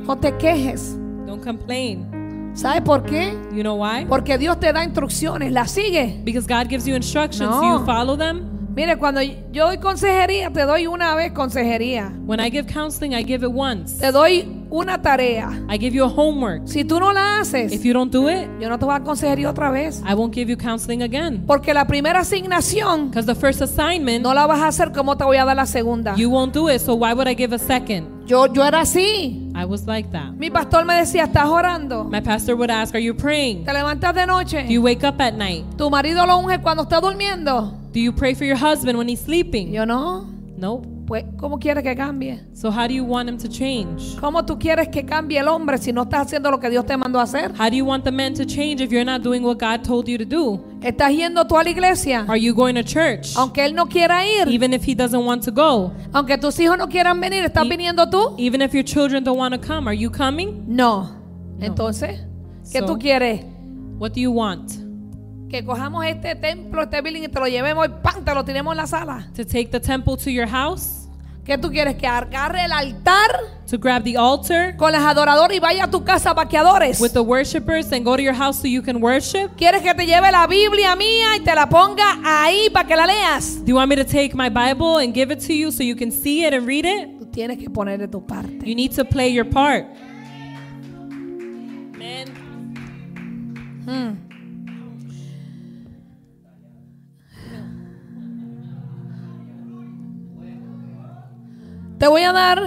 No te quejes. Don't complain. ¿Sabes por qué? You know why? Porque Dios te da instrucciones. Las sigue. Because God gives you instructions. No. You follow them. Mire, cuando yo doy consejería, te doy una vez consejería. When I give counseling, I give it once. Te doy una tarea. I give you a homework. Si tú no la If haces, you don't do it, yo no te voy a dar consejería otra vez. I won't give you counseling again. Porque la primera asignación Because the first assignment, no la vas a hacer como te voy a dar la segunda. you won't do it. So why would I give a second? Yo, yo era así. I was like that. Mi pastor me decía, ¿estás orando? My pastor would ask, Are you praying? ¿Te levantas de noche? Do you wake up at night? ¿Tu marido lo unge cuando está durmiendo? Do you pray for your husband when he's sleeping? Yo no. Nope. Pues, ¿cómo quieres que cambie? So how do you want him to change? ¿Cómo tú quieres que cambie el hombre si no estás haciendo lo que Dios te mandó a hacer? How do you want the man to change if you're not doing what God told you to do? ¿Estás yendo tú a la iglesia? Are you going to church? Aunque él no quiera ir, Even if he doesn't want to go? aunque tus hijos no quieran venir, ¿estás Y- viniendo tú? Even if your children don't want to come? Are you coming? No. Entonces, ¿qué So- tú quieres? What do you want? Que cojamos este templo, este building y te lo llevemos y ¡pam! te lo tiremos en la sala. To take the temple to your house? ¿Qué tú quieres? Que agarre el altar To grab the altar con las adoradoras y vaya a tu casa para que adores. with the worshipers and go to your house so you can worship? ¿Quieres que te lleve la Biblia mía y te la ponga ahí para que la leas? Do you want me to take my Bible and give it to you so you can see it and read it? Tú tienes que poner de tu parte. You need to play your part. Amen. Te voy a dar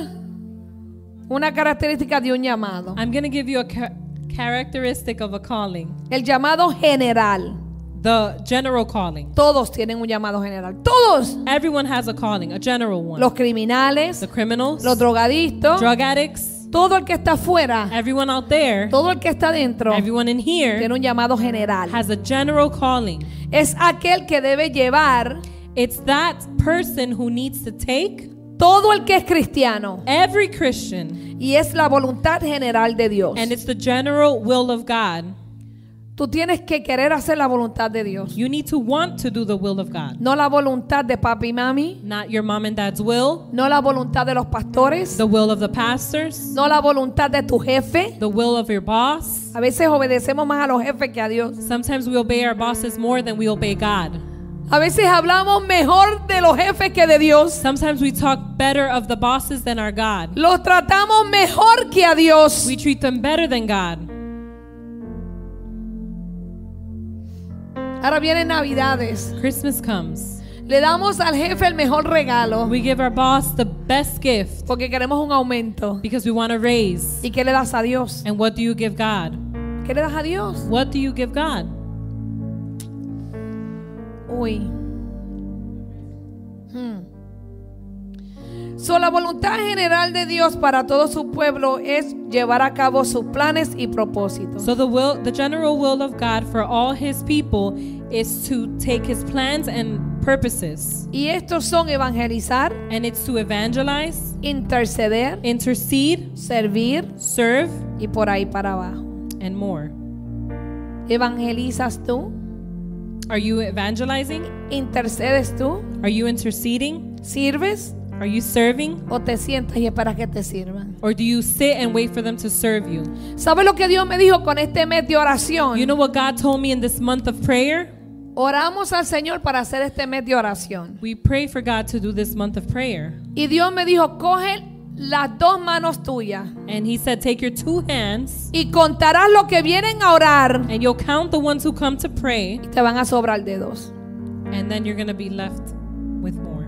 una característica de un llamado. I'm going to give you a cha- characteristic of a calling. El llamado general. the general calling. Todos tienen un llamado general. Todos. Everyone has a calling, a general one. Los criminales, the criminals, los drogadictos, drug addicts, todo el que está afuera, everyone out there, todo el que está adentro, everyone in here tiene un llamado general. has a general calling. Es aquel que debe llevar It's that person who needs to take todo el que es cristiano. every Christian, Y es la voluntad general de Dios. and it's the general will of God. Tú tienes que querer hacer la voluntad de Dios. You need to want to do the will of God, No la voluntad de papi y mami. not your mom and dad's will, No la voluntad de los pastores. the will of the pastors, No la voluntad de tu jefe. the will of your boss. A veces obedecemos más a los jefes que a Dios. Sometimes we obey our bosses more than we obey God. A veces hablamos mejor de los jefes que de Dios. Sometimes we talk better of the bosses than our God. Los tratamos mejor que a Dios. We treat them better than God. Ahora vienen Navidades. Christmas comes. Le damos al jefe el mejor regalo We give our boss the best gift porque queremos un aumento. because we want to raise. ¿Y qué le das a Dios? And what do you give God? ¿Qué le das a Dios? What do you give God? Uy. Hmm. So, la voluntad general de Dios para todo su pueblo es llevar a cabo sus planes y propósitos. So the will the general will of God for all his people is to take his plans and purposes. Y estos son evangelizar, And it's to evangelize, interceder, intercede, servir serve, y por ahí para abajo. and more. ¿Evangelizas tú? Are you evangelizing? ¿Intercedes tú? Are you interceding? ¿Sirves? Are you serving? ¿O te sientas y esperas que te sirvan? Or do you sit and wait for them to serve you? ¿Sabes lo que Dios me dijo con este mes de oración? You know what God told me in this month of prayer? Oramos al Señor para hacer este mes de oración. We pray for God to do this month of prayer. Y Dios me dijo, coge las dos manos tuyas And he said, Take your two hands y contarás lo que vienen a orar. and you'll count the ones who come to pray, Te van a sobrar dedos. and then you're going to be left with more.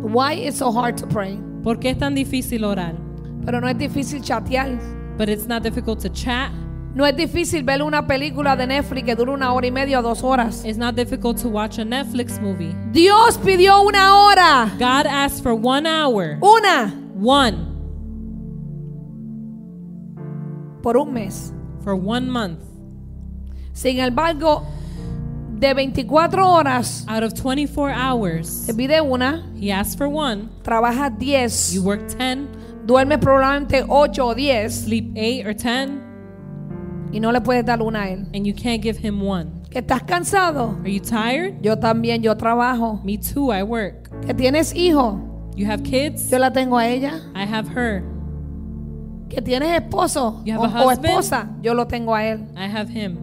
Why it's so hard to pray? ¿Por qué es tan difícil orar? Pero no es difícil chatear. But it's not difficult to chat. No es difícil ver una película de Netflix que dura una hora y media o dos horas. It's not difficult to watch a Netflix movie. Dios pidió una hora. God asked for one hour, Una one por un mes. for one month Sin embargo, de 24 horas, out of 24 hours. te pide una, He asked for one. trabajas 10, You work 10, duermes probablemente 8 o 10 sleep 8 or 10, y no le puedes dar una a él. and you can't give him one. ¿Que estás cansado? Are you tired? Yo también, yo trabajo. Me too, I work. ¿Que tienes hijo? You have kids? Yo la tengo a ella. I have her. ¿Que tienes esposo You o, have a o husband? esposa? Yo lo tengo a él. I have him.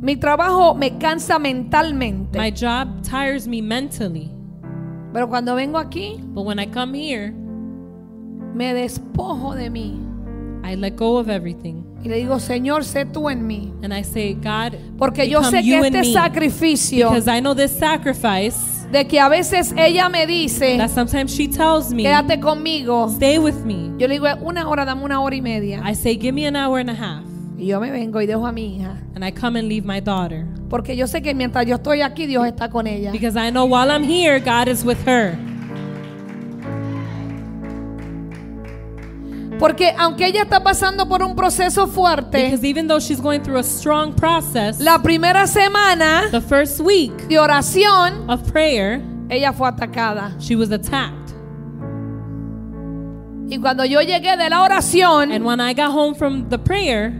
Mi trabajo me cansa mentalmente. My job tires me mentally, pero cuando vengo aquí, but when I come here, me despojo de mí. I let go of everything Y le digo, Señor, sé tú en mí. and I say, God, Porque yo become sé que you in este me. sacrificio Because I know this sacrifice de que a veces ella me dice, that sometimes she tells me, quédate conmigo. stay with me. Yo le digo, una hora, dame una hora y media. I say, give me an hour and a half. Y yo me vengo y dejo a mi hija. And I come and leave my daughter. Porque yo sé que mientras yo estoy aquí, Dios está con ella. Because I know while I'm here, God is with her. Porque aunque ella está pasando por un proceso fuerte, Because even though she's going through a strong process, la primera semana the first week de oración, of prayer, ella fue atacada. she was attacked. Y cuando yo llegué de la oración, And when I got home from the prayer,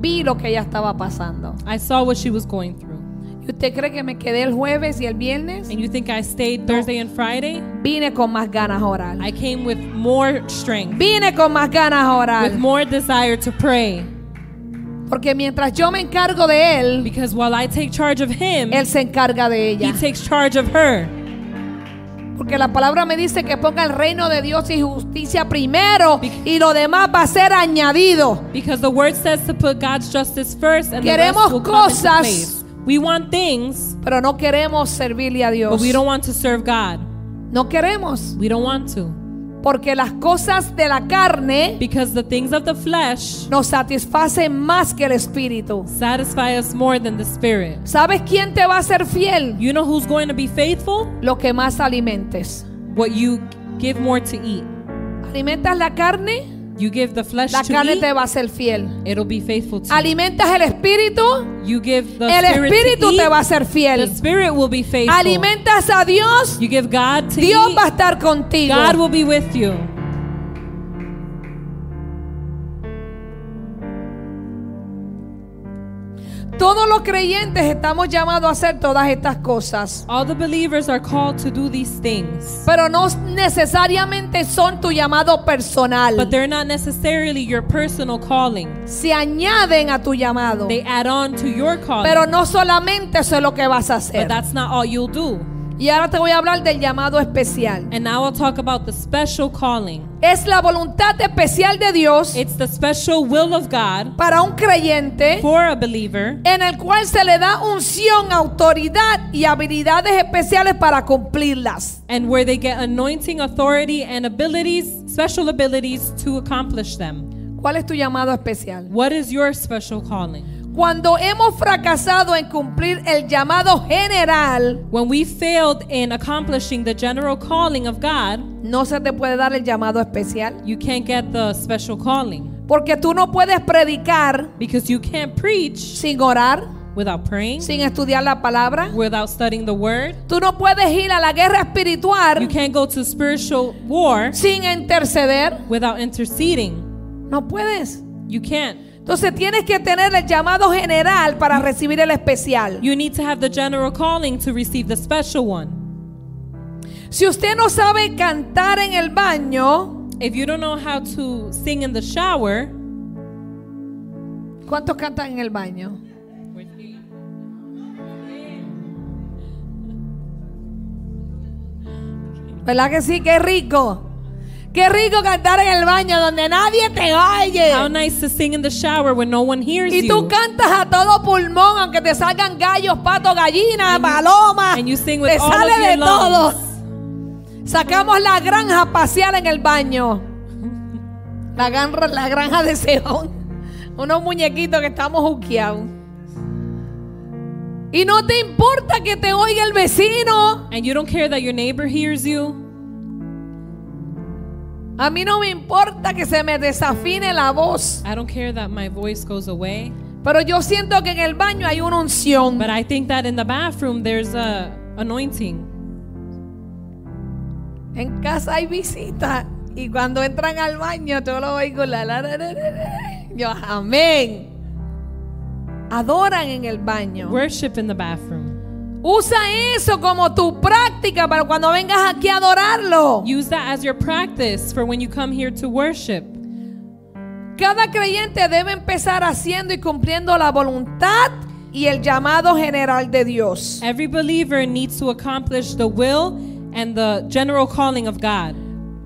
vi lo que ella estaba pasando. I saw what she was going through. ¿Y usted cree que me quedé el jueves y el viernes? And you think I stayed Thursday and Friday? Vine con más ganas a orar. I came with more strength, Vine con más ganas a orar. with more desire to pray. Porque mientras yo me encargo de él, Because while I take charge of him, él se encarga de he ella. takes charge of her. Porque la palabra me dice que ponga el reino de Dios y justicia primero y lo demás va a ser añadido. Because the word says to put God's justice first and the rest Queremos will come into cosas. place. We want things, Pero no queremos servirle a but Dios. we don't want to serve God. No queremos. We don't want to. Porque las cosas de la carne because the things of the flesh nos satisfacen más que el espíritu. satisfy us more than the spirit. ¿Sabes quién te va a ser fiel? You know who's going to be faithful? Lo que más alimentes. What you give more to eat. Alimentas la carne, You give the flesh la to carne eat, te va a ser fiel. it'll be faithful to you. Alimentas el espíritu, You give the el spirit espíritu to eat, te va a ser the fiel. spirit will be faithful. Alimentas a Dios, you give God to Dios eat, va a estar contigo. God will be with you. Todos los creyentes estamos llamados a hacer todas estas cosas. All the believers are called to do these things, Pero no necesariamente son tu llamado but personal. they're not necessarily your personal calling. Se añaden a tu llamado. They add on to your calling, Pero no solamente eso es lo que vas a hacer. but that's not all you'll do. Y ahora te voy a hablar del llamado especial. And now I'll talk about the special calling. Es la voluntad especial de Dios It's the special will of God para un creyente for a believer en el cual se le da unción, autoridad y habilidades especiales para cumplirlas. and where they get anointing, authority, and abilities, special abilities to accomplish them. ¿Cuál es tu llamado especial? What is your special calling? Cuando hemos fracasado en cumplir el llamado general, When we failed in accomplishing the general calling of God, no se te puede dar el llamado especial. you can't get the special calling Porque tú no puedes predicar because you can't preach sin orar, without praying, sin estudiar la palabra. without studying the word. Tú no puedes ir a la guerra You espiritual can't go to spiritual war sin interceder. without interceding. No puedes. You can't. Entonces tienes que tener el llamado general para recibir el especial. You need to have the general calling to receive the special one. Si usted no sabe cantar en el baño, If you don't know how to sing in the shower, ¿cuántos cantan en el baño? ¿Verdad que sí? ¡Qué rico! ¡Qué rico cantar en el baño donde nadie te oye! how nice to sing in the shower when no one hears Y tú you. cantas a todo pulmón, aunque te salgan gallos, patos, gallinas, palomas. and you sing with te all sale of your de todo. lungs. Sacamos la granja a pasear en el baño. La granja, la granja de Seón. Unos muñequitos que estamos juqueados. Y no te importa que te oiga el vecino. And you don't care that your neighbor hears you. A mí no me importa que se me desafine la voz. I don't care that my voice goes away. Pero yo siento que en el baño hay una unción. But I think that in the bathroom there's a anointing. En casa hay visitas y cuando entran al baño yo lo oigo la, la, la, la, la, la. Yo, amén. Adoran en el baño. Worship in the bathroom. Usa eso como tu práctica para cuando vengas aquí a adorarlo. Use that as your practice for when you come here to worship. Cada creyente debe empezar haciendo y cumpliendo la voluntad y el llamado general de Dios. Every believer needs to accomplish the will and the general calling of God.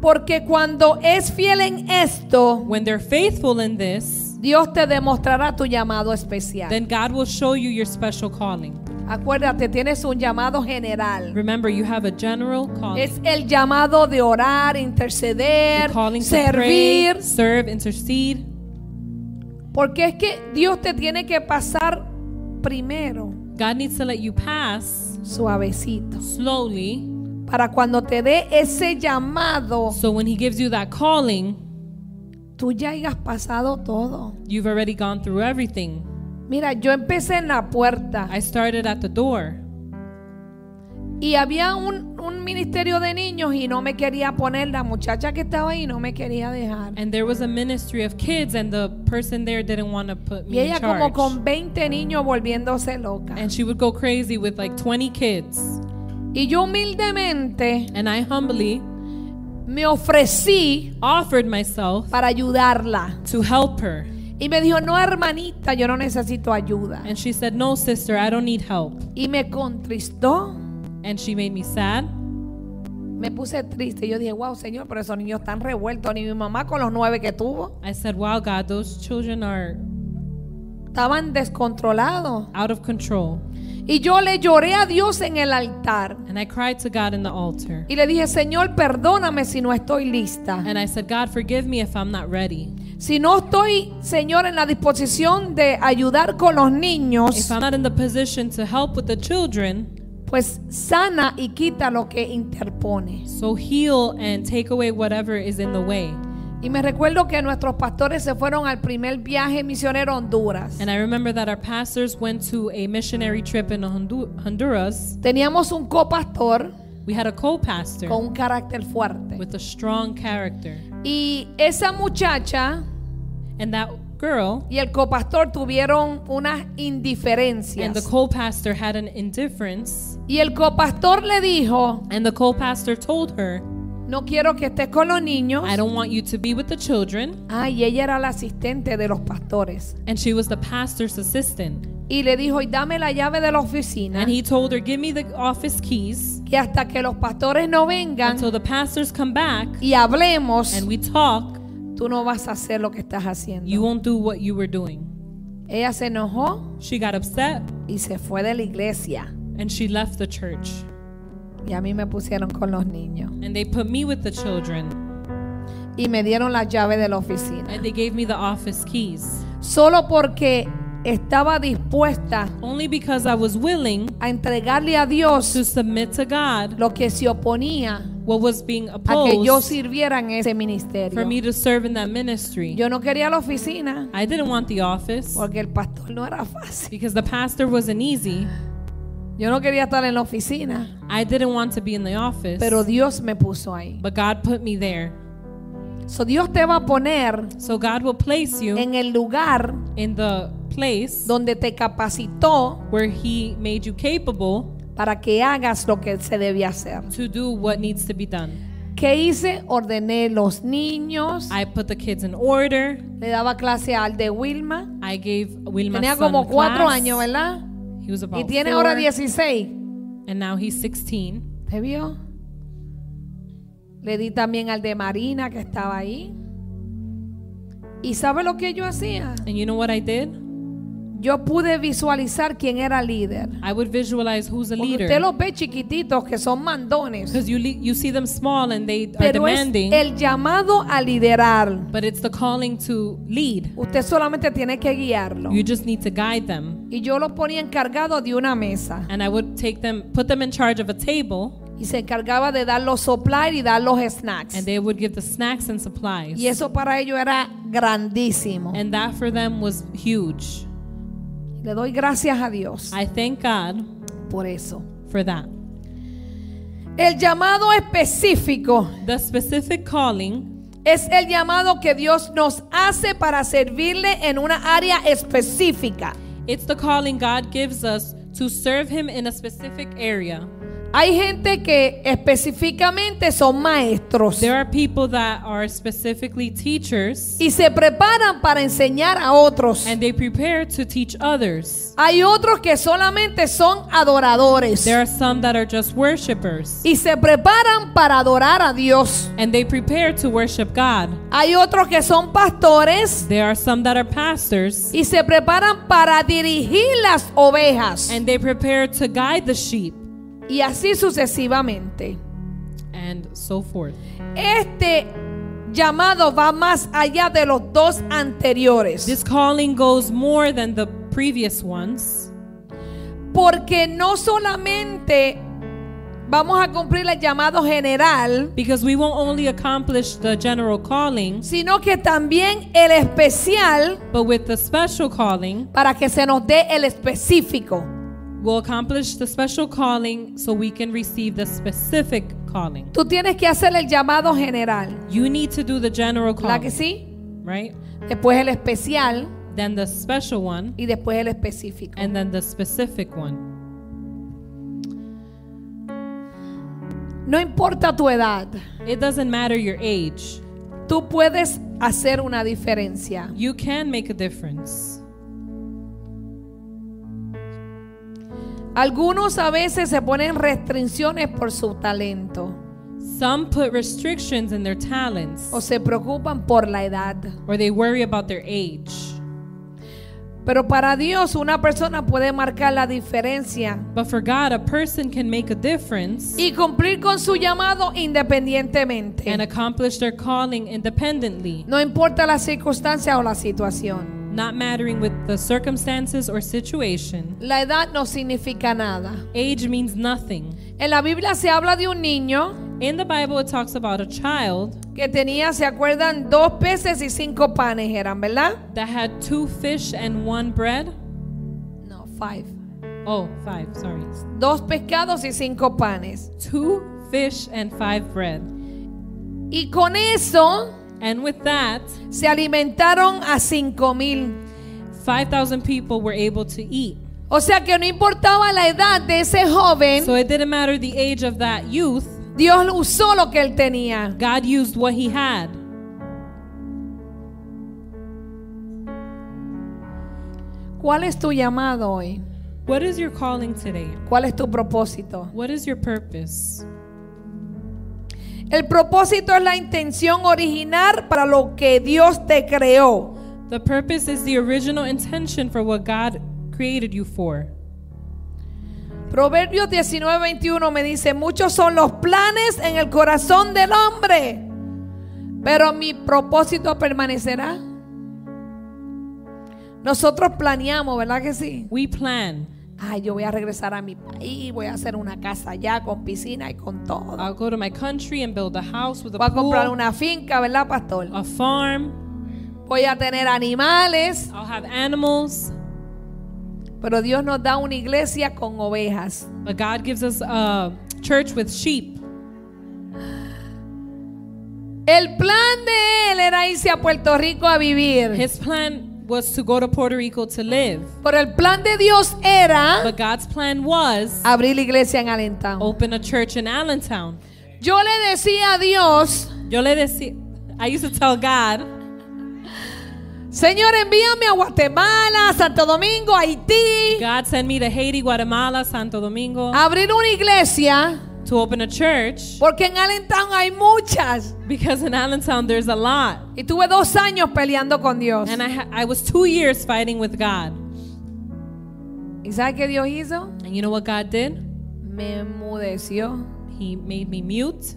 Porque cuando es fiel en esto, When they're faithful in this, Dios te demostrará tu llamado especial. then God will show you your special calling. Acuérdate, tienes un llamado general. Remember, you have a general calling. Es el llamado de orar, interceder, The calling to servir. pray, serve, intercede. Porque es que Dios te tiene que pasar primero, God needs to let you pass suavecito, slowly. para cuando te dé ese llamado, So when He gives you that calling, tú ya hayas pasado todo. you've already gone through everything. Mira, yo empecé en la puerta I started at the door, y había un, un ministerio de niños y no me quería poner, la muchacha que estaba ahí no me quería dejar. and there was a ministry of kids, and the person there didn't want to put Y me in ella como con charge. 20 niños volviéndose loca. And she would go crazy with like 20 kids. Y yo humildemente And I humbly me ofrecí offered myself para ayudarla. to help her. Y me dijo, no, hermanita, yo no necesito ayuda. And she said, No, sister, I don't need help. Y me contristó, And she made me sad. me puse triste. Yo dije, wow, Señor, pero esos niños están revueltos. Ni mi mamá con los nueve que tuvo. I said, Wow, God, those children are Estaban descontrolados. out of control. Y yo le lloré a Dios en el altar. And I cried to God in the altar. Y le dije, Señor, perdóname si no estoy lista. And I said, God, forgive me if I'm not ready. Si no estoy, Señor, en la disposición de ayudar con los If niños, I'm not in the position to help with the children, pues sana y quita lo que interpone. so heal and take away whatever is in the way. Y me recuerdo que nuestros pastores se fueron al primer viaje misionero a Honduras. And I remember that our pastors went to a missionary trip in Hondu- Honduras. Teníamos un copastor We had a co pastor con un carácter fuerte. with a strong character. Y esa muchacha And that girl y el copastor tuvieron unas and the indiferencias. co pastor had an indifference. Y el copastor le dijo, And the co pastor told her, no quiero que estés con los niños. I don't want you to be with the children. Ah, y ella era la asistente de los pastores. And she was the pastor's assistant. Y le dijo, y dame la llave de la oficina. And he told her, Give me the office keys Que hasta que los pastores no vengan until the pastors come back y hablemos, and we talk. tú no vas a hacer lo que estás haciendo. You won't do what you were doing. Ella se enojó She got upset y se fue de la iglesia. and she left the church. Y a mí me pusieron con los niños. And they put me with the children Y me dieron la llave de la oficina. and they gave me the office keys. Solo porque estaba dispuesta Only because I was willing a entregarle a Dios to submit to God lo que se oponía what was being a que yo opposed sirviera en ese for ministerio. me to serve in that ministry. Yo no quería la oficina I didn't want the office porque el pastor no era fácil. because the pastor wasn't easy. Yo no quería estar en la oficina, I didn't want to be in the office. pero Dios me puso ahí. But God put me there. So, Dios te va a poner So God will place you en el lugar in the place donde te capacitó where He made you capable para que hagas lo que se debía hacer. to do what needs to be done. ¿Qué hice? Ordené los niños. I put the kids in order. Le daba clase al de Wilma. I gave Wilma Tenía son como cuatro class. años, ¿verdad? He was about Y tiene four, ahora 16. and now he's 16. ¿Te vio? Le di también al de Marina que estaba ahí. ¿Y sabe lo que yo hacía? And you know what I did? Yo pude visualizar quién era líder. I would visualize who's a Porque usted leader los ve chiquititos que son mandones. because you le- you see them small and they are Pero es demanding, el llamado a liderar. but it's the calling to lead. Usted solamente tiene que guiarlo. You just need to guide them. Y yo lo ponía encargado de una mesa. And I would take them, put them in charge of a table, Y se encargaba de dar los supplies y dar los and snacks. they would give the snacks and supplies. Y eso para ellos era grandísimo. And that for them was huge. Le doy gracias a Dios I thank God por eso. for that. El llamado específico The specific calling es el llamado que Dios nos hace para servirle en una área específica. It's the calling God gives us to serve Him in a specific area. Hay gente que específicamente son maestros There are people that are specifically teachers y se preparan para enseñar a otros. and they prepare to teach others. Hay otros que solamente son adoradores There are some that are just worshipers y se preparan para adorar a Dios. and they prepare to worship God. Hay otros que son pastores There are some that are pastors y se preparan para dirigir las ovejas and they prepare to guide the sheep y así sucesivamente. and so forth. Este llamado va más allá de los dos anteriores, This calling goes more than the previous ones. porque no solamente vamos a cumplir el llamado general, Because we won't only accomplish the general calling, sino que también el especial but with the special calling, para que se nos dé el específico. we'll accomplish the special calling so we can receive the specific calling. Tú tienes que hacer el llamado general, You need to do the general ¿verdad que calling, sí? right? Después el especial Then the special one, y después el específico. and then the specific one. No importa tu edad, It doesn't matter your age, tú puedes hacer una diferencia. you can make a difference. Algunos a veces se ponen restricciones por su talento Some put restrictions in their talents Oh, o se preocupan por la edad. or they worry about their age. Pero para Dios una persona puede marcar la diferencia But for God, a person can make a difference y cumplir con su llamado and independientemente. accomplish their calling independently, No importa la circunstancia o la situación. not mattering with the circumstances or situation. La edad no significa nada. Age means nothing. En la Biblia se habla de un niño In the Bible, it talks about a child que tenía, se acuerdan, dos peces y cinco panes eran, ¿verdad? that had two fish and one bread. No, five. Oh, five, sorry. Dos pescados y cinco panes. Two fish and five bread. Y con eso And with that, se alimentaron a cinco mil. 5,000 people were able to eat. O sea que no importaba la edad de ese joven, So it didn't matter the age of that youth, Dios usó lo que él tenía. God used what he had. ¿Cuál es tu llamado hoy? What is your calling today? ¿Cuál es tu propósito? What is your purpose? El propósito es la intención original para lo que Dios te creó. The purpose is the original intention for what God created you for. Proverbios 19:21 me dice, muchos son los planes en el corazón del hombre, pero mi propósito permanecerá. Nosotros planeamos, ¿verdad que sí? We plan. Ay, yo voy a regresar a mi país, voy a hacer una casa allá con piscina y con todo. I'll go to my country and build a house with a Voy a comprar pool, una finca, ¿verdad, pastor? a farm. Voy a tener animales, I'll have animals. pero Dios nos da una iglesia con ovejas. But God gives us a church with sheep. El plan de él era irse a Puerto Rico a vivir. His plan was to go to Puerto Rico to live. Pero el plan de Dios era But God's plan was abrir la iglesia en Allentown. open a church in Allentown. Yo le decía a Dios, Yo le decía, I used to tell God, Señor, envíame a Guatemala, a Santo Domingo, a Haití, God sent me to Haiti, Guatemala, Santo Domingo a abrir una iglesia, to open a church porque en Allentown hay muchas. because in Allentown there's a lot. Y tuve dos años peleando con Dios. And I, ha- I was two years fighting with God. ¿Y sabes qué Dios hizo? And you know what God did? Me enmudeció. He made me mute.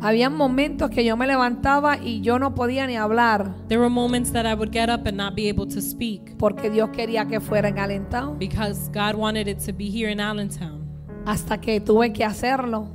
Habían momentos que yo me levantaba y yo no podía ni hablar There were moments that I would get up and not be able to speak porque Dios quería que fuera en Allentown because God wanted it to be here in Allentown. hasta que tuve que hacerlo.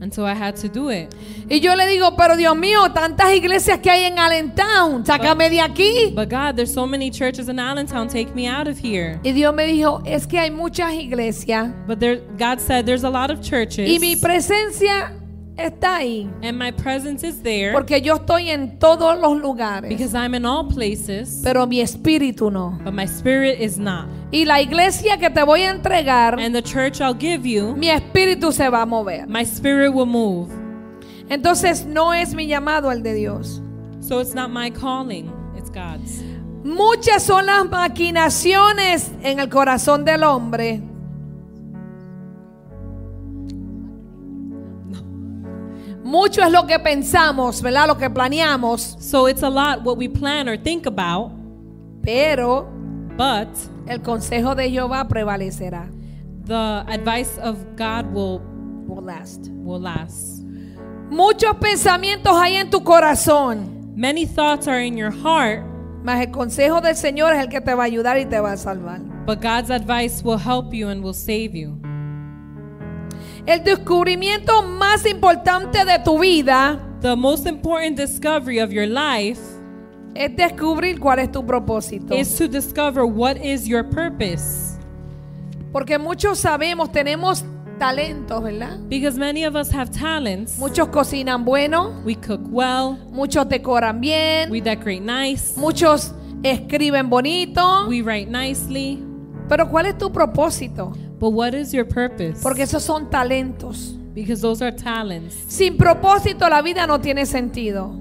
And so I had to do it. Y yo le digo, pero Dios mío, tantas iglesias que hay en Allentown, sácame de aquí. But God, there's so many churches in Allentown. Take me out of here. Y Dios me dijo, es que hay muchas iglesias But there, God said there's a lot of churches. y mi presencia está ahí and my presence is there porque yo estoy en todos los lugares, because I'm in all places. pero mi espíritu no. But my spirit is not. Y la iglesia que te voy a entregar, And the church I'll give you, mi espíritu se va a mover. my spirit will move. Entonces no es mi llamado el de Dios. So it's not my calling, it's God's. Muchas son las maquinaciones en el corazón del hombre. Mucho es lo que pensamos, ¿verdad? Lo que planeamos. So it's a lot what we plan or think about, Pero but el consejo de Jehová prevalecerá. the advice of God will Will last. will last. Muchos pensamientos hay en tu corazón. Many thoughts are in your heart, Mas el consejo del Señor es el que te va a ayudar y te va a salvar. but God's advice will help you and will save you. El descubrimiento más importante de tu vida The most important discovery of your life es descubrir cuál es tu propósito. is to discover what is your purpose. Porque muchos sabemos, tenemos talentos, ¿verdad? Because many of us have talents. Muchos cocinan bueno, We cook well, muchos decoran bien, we decorate nice, muchos escriben bonito. we write nicely. Pero ¿cuál es tu propósito? But what is your purpose? Porque esos son talentos. Because those are talents. Sin propósito la vida no tiene sentido.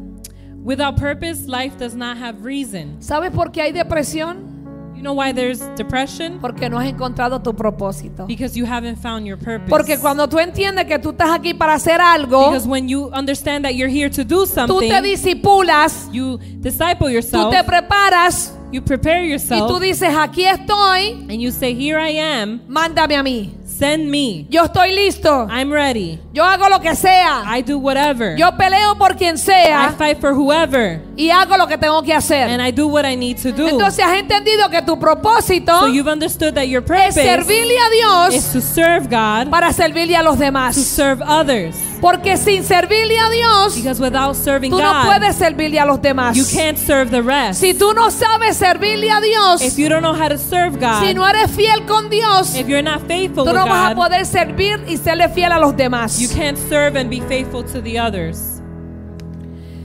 Without purpose, life does not have reason. ¿Sabes por qué hay depresión? You know why there's depression? Porque no has encontrado tu propósito. Because you haven't found your purpose. Porque cuando tú entiendes que tú estás aquí para hacer algo, because when you understand that you're here to do tú te something, disipulas, you disciple tú yourself, te preparas you You prepare Y tú yourself dices, aquí estoy, and you say, Here I am, mándame a mí. send me. Yo estoy listo. I'm ready. Yo hago lo que sea. I do whatever. Yo peleo por quien I sea fight for whoever. y hago lo que tengo que hacer. And I do what I need to do. Entonces has entendido que tu propósito So you've understood that your es purpose servirle a is Dios to serve God, para servirle a los to demás. serve others. Porque sin servirle a Dios, Because without serving tú no God, puedes servirle a los demás. you can't serve the rest. Si tú no sabes servirle a Dios, If you don't know how to serve si God, no eres fiel con Dios, if you're not faithful tú with no vas a God, poder servir y serle fiel a los demás. you can't serve and be faithful to the others.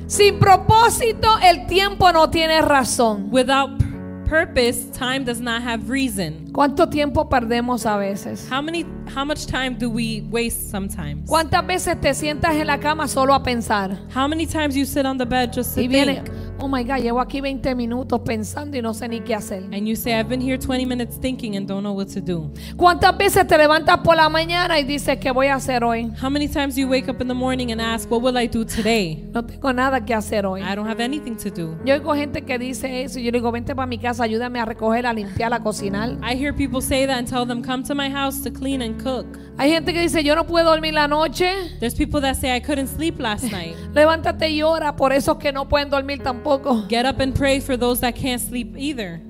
Sin propósito, el tiempo no tiene razón. Without p- purpose, time does not have reason. ¿Cuánto tiempo perdemos a veces? How many how much time do we waste sometimes? ¿Cuántas veces te sientas en la cama solo a pensar? How many times you sit on the bed just to Y viene, think oh my God, llevo aquí 20 minutos pensando y no sé ni qué hacer. and you say I've been here 20 minutes thinking and don't know what to do. ¿Cuántas veces te levantas por la mañana y dices, ¿qué voy a hacer hoy? How many times you wake up in the morning and ask what will I do today? No tengo nada que hacer hoy. I don't have anything to do. Yo oigo gente que dice eso y yo le digo, vente para mi casa, ayúdame a recoger, a limpiar, a cocinar. I hear people say that and tell them come to my house to clean and cook. Hay gente que dice, yo no puedo dormir la noche. There's people that say I couldn't sleep last night. Levántate y ora por esos que no pueden dormir tampoco. Get up and pray for those that can't sleep either.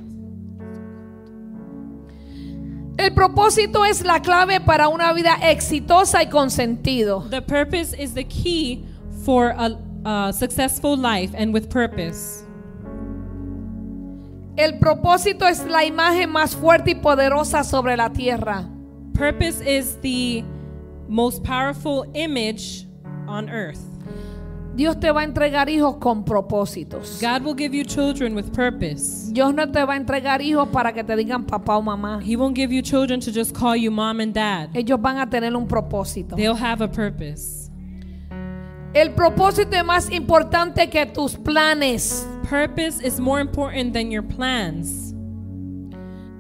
El propósito es la clave para una vida exitosa y con sentido. The purpose is the key for a, a successful life and with purpose. El propósito es la imagen más fuerte y poderosa sobre la tierra. Purpose is the most powerful image on earth. Dios te va a entregar hijos con propósitos. God will give you children with purpose. Dios no te va a entregar hijos para que te digan papá o mamá. He won't give you children to just call you mom and dad. Ellos van a tener un propósito. They'll have a purpose. El propósito es más importante que tus planes. Purpose is more important than your plans.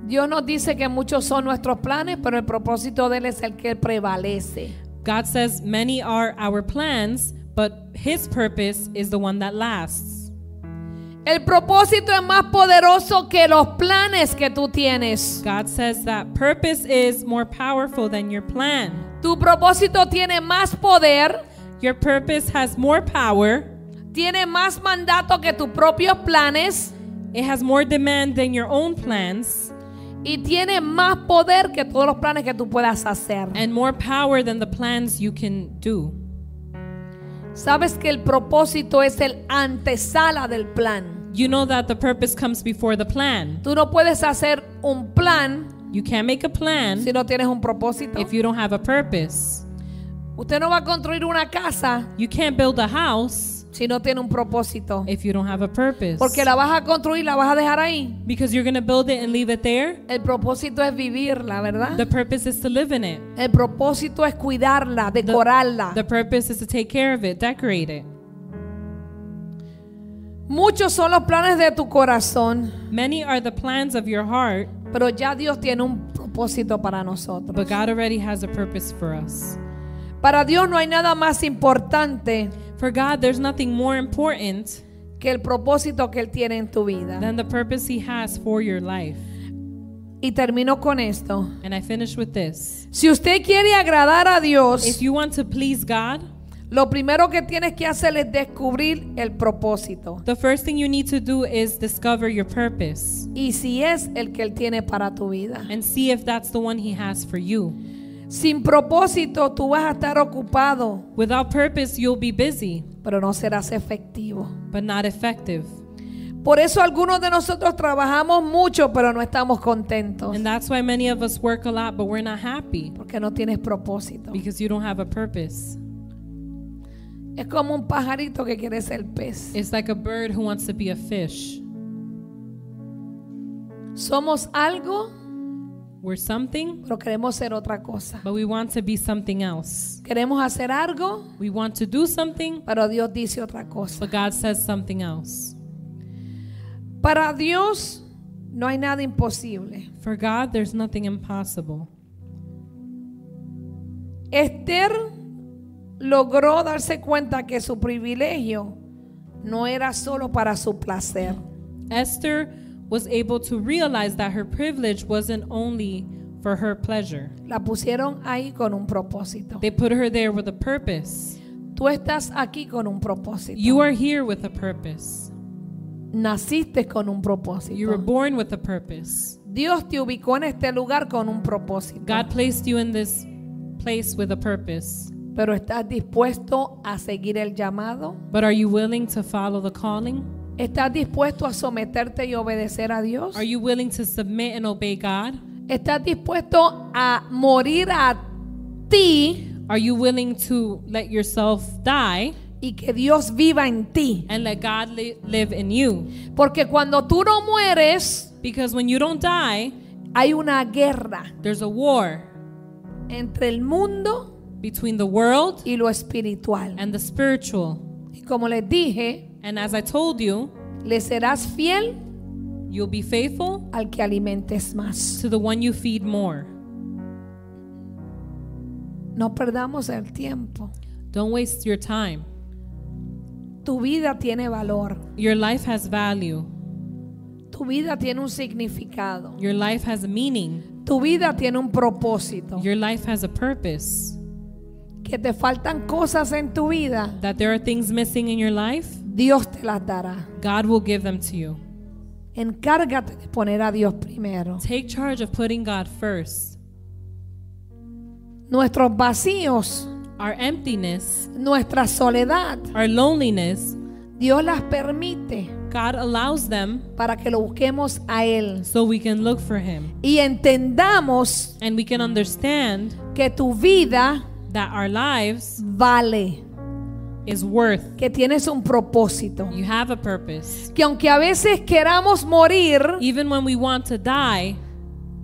Dios nos dice que muchos son nuestros planes, pero el propósito de Él es el que prevalece. God says many are our plans, but His purpose is the one that lasts. El propósito es más poderoso que los planes que tú tienes. God says that purpose is more powerful than your plan. Tu propósito tiene más poder, Your purpose has more power. tiene más mandato que tus propios planes It has more demand than your own plans y tiene más poder que todos los planes que tú puedas hacer. and more power than the plans you can do. Sabes que el propósito es el antesala del plan. You know that the purpose comes before the plan. Tú no puedes hacer un plan You can't make a plan si no tienes un propósito. if you don't have a purpose. Usted no va a construir una casa You can't build a house si no tiene un propósito. if you don't have a purpose. Porque la vas a construir, la vas a dejar ahí. Because you're going to build it and leave it there. El propósito es vivirla, ¿verdad? The purpose is to live in it. El propósito es cuidarla, decorarla. The purpose is to take care of it, decorate it. Muchos son los planes de tu corazón, Many are the plans of your heart, pero ya Dios tiene un propósito para nosotros. but God already has a purpose for us. Para Dios no hay nada más importante For God, there's nothing more important que el propósito que Él tiene en tu vida. than the purpose He has for your life. Y termino con esto. And I finish with this. Si usted quiere agradar a If Dios, you want to please God, lo primero que tienes que hacer es descubrir el propósito. the first thing you need to do is discover your purpose Y si es el que Él tiene para tu vida. and see if that's the one He has for you. Sin propósito tú vas a estar ocupado, Without purpose, you'll be busy, pero no serás efectivo. but not effective. Por eso algunos de nosotros trabajamos mucho, pero no estamos contentos. And that's why many of us work a lot, but we're not happy Porque no tienes propósito. because you don't have a purpose. Es como un pajarito que quiere ser pez. It's like a bird who wants to be a fish. Somos algo, We're something, pero queremos ser otra cosa. but we want to be something else. Queremos hacer algo, We want to do something, pero Dios dice otra cosa. but God says something else. Para Dios no hay nada imposible. For God, there's nothing impossible. Esther logró darse cuenta que su privilegio no era solo para su placer. Esther was able to realize that her privilege wasn't only for her pleasure. La pusieron ahí con un propósito. They put her there with a purpose. Tú estás aquí con un propósito. You are here with a purpose. Naciste con un You were propósito. born with a purpose. Dios te ubicó en este lugar con un propósito. God placed you in this place with a purpose. Pero estás dispuesto a seguir el llamado. But are you willing to follow the calling? ¿Estás dispuesto a someterte y obedecer a Dios? Are you willing to submit and obey God? ¿Estás dispuesto a morir a ti Are you willing to let yourself die y que Dios viva en ti? and let God li- live in you? Porque cuando tú no mueres, Because when you don't die, hay una guerra there's a war entre el mundo between the world y lo espiritual. and the spiritual. Y como les dije, And as I told you, le serás fiel you'll be faithful al que alimentes más. to the one you feed more. No perdamos el tiempo. Don't waste your time. Tu vida tiene valor. Your life has value. Tu vida tiene un significado. Your life has a meaning. Tu vida tiene un propósito. Your life has a purpose. Que te faltan cosas en tu vida, That there are things missing in your life, Dios te las dará. God will give them to you. Encárgate de poner a Dios primero. Take charge of putting God first. Nuestros vacíos, Our emptiness, nuestra soledad, our loneliness, Dios las permite God allows them para que lo busquemos a Él so we can look for Him. y entendamos And we can understand que tu vida that our lives vale, is worth. que tienes un propósito. You have a purpose. Que aunque a veces queramos morir, Even when we want to die,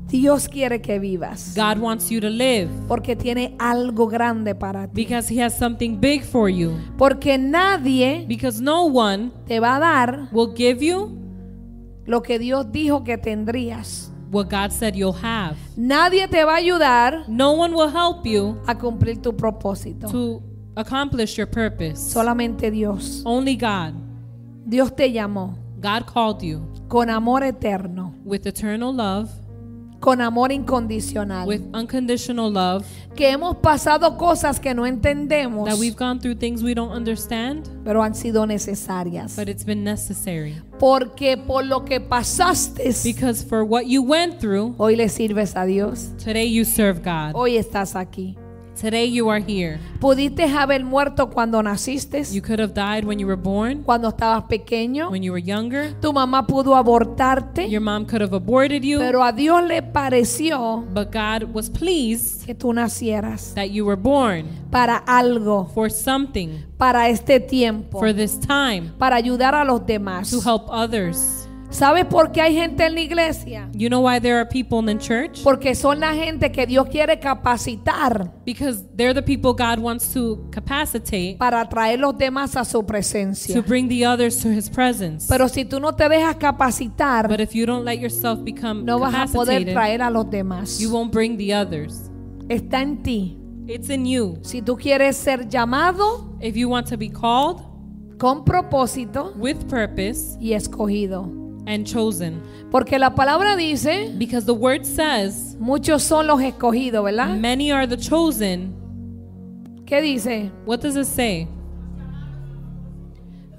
Dios quiere que vivas God wants you to live porque tiene algo grande para ti. because He has something big for you. Porque nadie Because no one te va a dar will give you lo que Dios dijo que tendrías. what God said you'll have. Nadie te va a ayudar No one will help you a cumplir tu propósito. to accomplish your purpose. Solamente Dios. Only God. Dios te llamó God called you con amor eterno, with eternal love, con amor incondicional. with unconditional love, que hemos pasado cosas que no entendemos, that we've gone through things we don't understand, pero han sido necesarias. but it's been necessary. Porque por lo que pasaste, Because for what you went through, hoy le sirves a Dios. today you serve God. Hoy estás aquí. Today you are here. Pudiste haber muerto cuando naciste, You could have died when you were born, cuando estabas pequeño. when you were younger. Tu mamá pudo abortarte, Your mom could have aborted you, pero a Dios le pareció but God was pleased que tú nacieras that you were born para algo. for something, para este tiempo, for this time, para ayudar a los demás. to help others. ¿Sabes por qué hay gente en la iglesia? You know why there are people in the church? Porque son la gente que Dios quiere capacitar Because they're the people God wants to capacitate para traer los demás a su to presencia. bring the others to his presence. Pero si tú no te dejas But capacitar, if you don't let yourself become no vas a poder capacitated, traer a los demás. you won't bring the others. Está en ti. It's in you. Si tú quieres ser llamado If you want to be called con propósito with purpose y escogido. and chosen. Porque la palabra dice, Because the word says, muchos son los escogidos, ¿verdad? many are the chosen. ¿Qué dice? What does it say?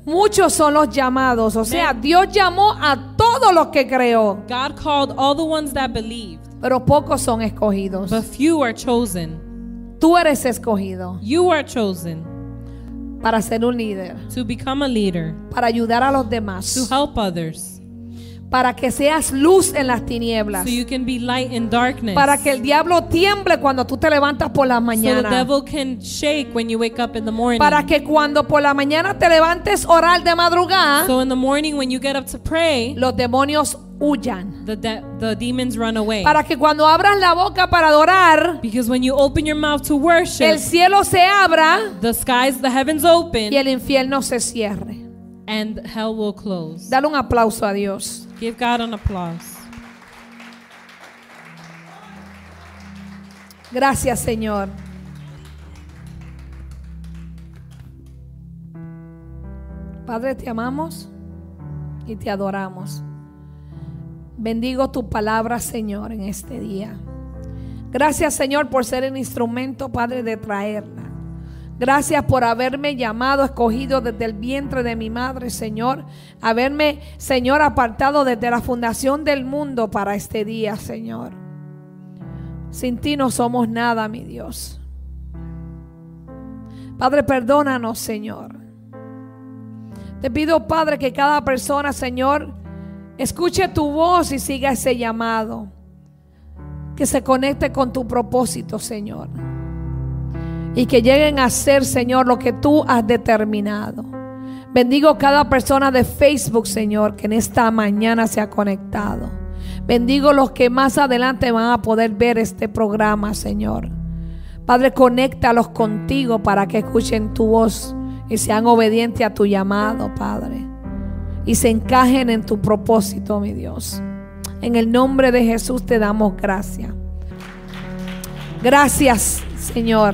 Muchos son los llamados, o sea, Dios llamó a todos los que creó, God called all the ones that believed, pero pocos son escogidos. but few are chosen. Tú eres escogido You are chosen para ser un líder, to become a leader, para ayudar a los to demás, help others, para que seas luz en las tinieblas, so you can be light in darkness. para que el diablo tiemble cuando tú te levantas por la So the mañana, devil can shake when you wake up in the morning. para que cuando por la mañana te levantes oral de madrugada, So in the morning when you get up to pray, los demonios huyan, the de- the demons run away. para que cuando abras la boca para adorar, Because when you open your mouth to el worship, cielo se abra the skies, the heavens y open, el infierno se cierre. and hell will close. Dale un aplauso a Dios. Give God an applause. Gracias, Señor. Padre, te amamos y te adoramos. Bendigo tu palabra, Señor, en este día. Gracias, Señor, por ser el instrumento, Padre, de traerla. Gracias por haberme llamado, escogido desde el vientre de mi madre, Señor. Haberme, Señor, apartado desde la fundación del mundo para este día, Señor. Sin ti no somos nada, mi Dios. Padre, perdónanos, Señor. Te pido, Padre, que cada persona, Señor, escuche tu voz y siga ese llamado. Que se conecte con tu propósito, Señor y que lleguen a ser, Señor, lo que tú has determinado. Bendigo cada persona de Facebook, Señor, que en esta mañana se ha conectado. Bendigo los que más adelante van a poder ver este programa, Señor. Padre, conéctalos contigo para que escuchen tu voz y sean obedientes a tu llamado, Padre. Y se encajen en tu propósito, mi Dios. En el nombre de Jesús te damos gracias. Gracias, Señor.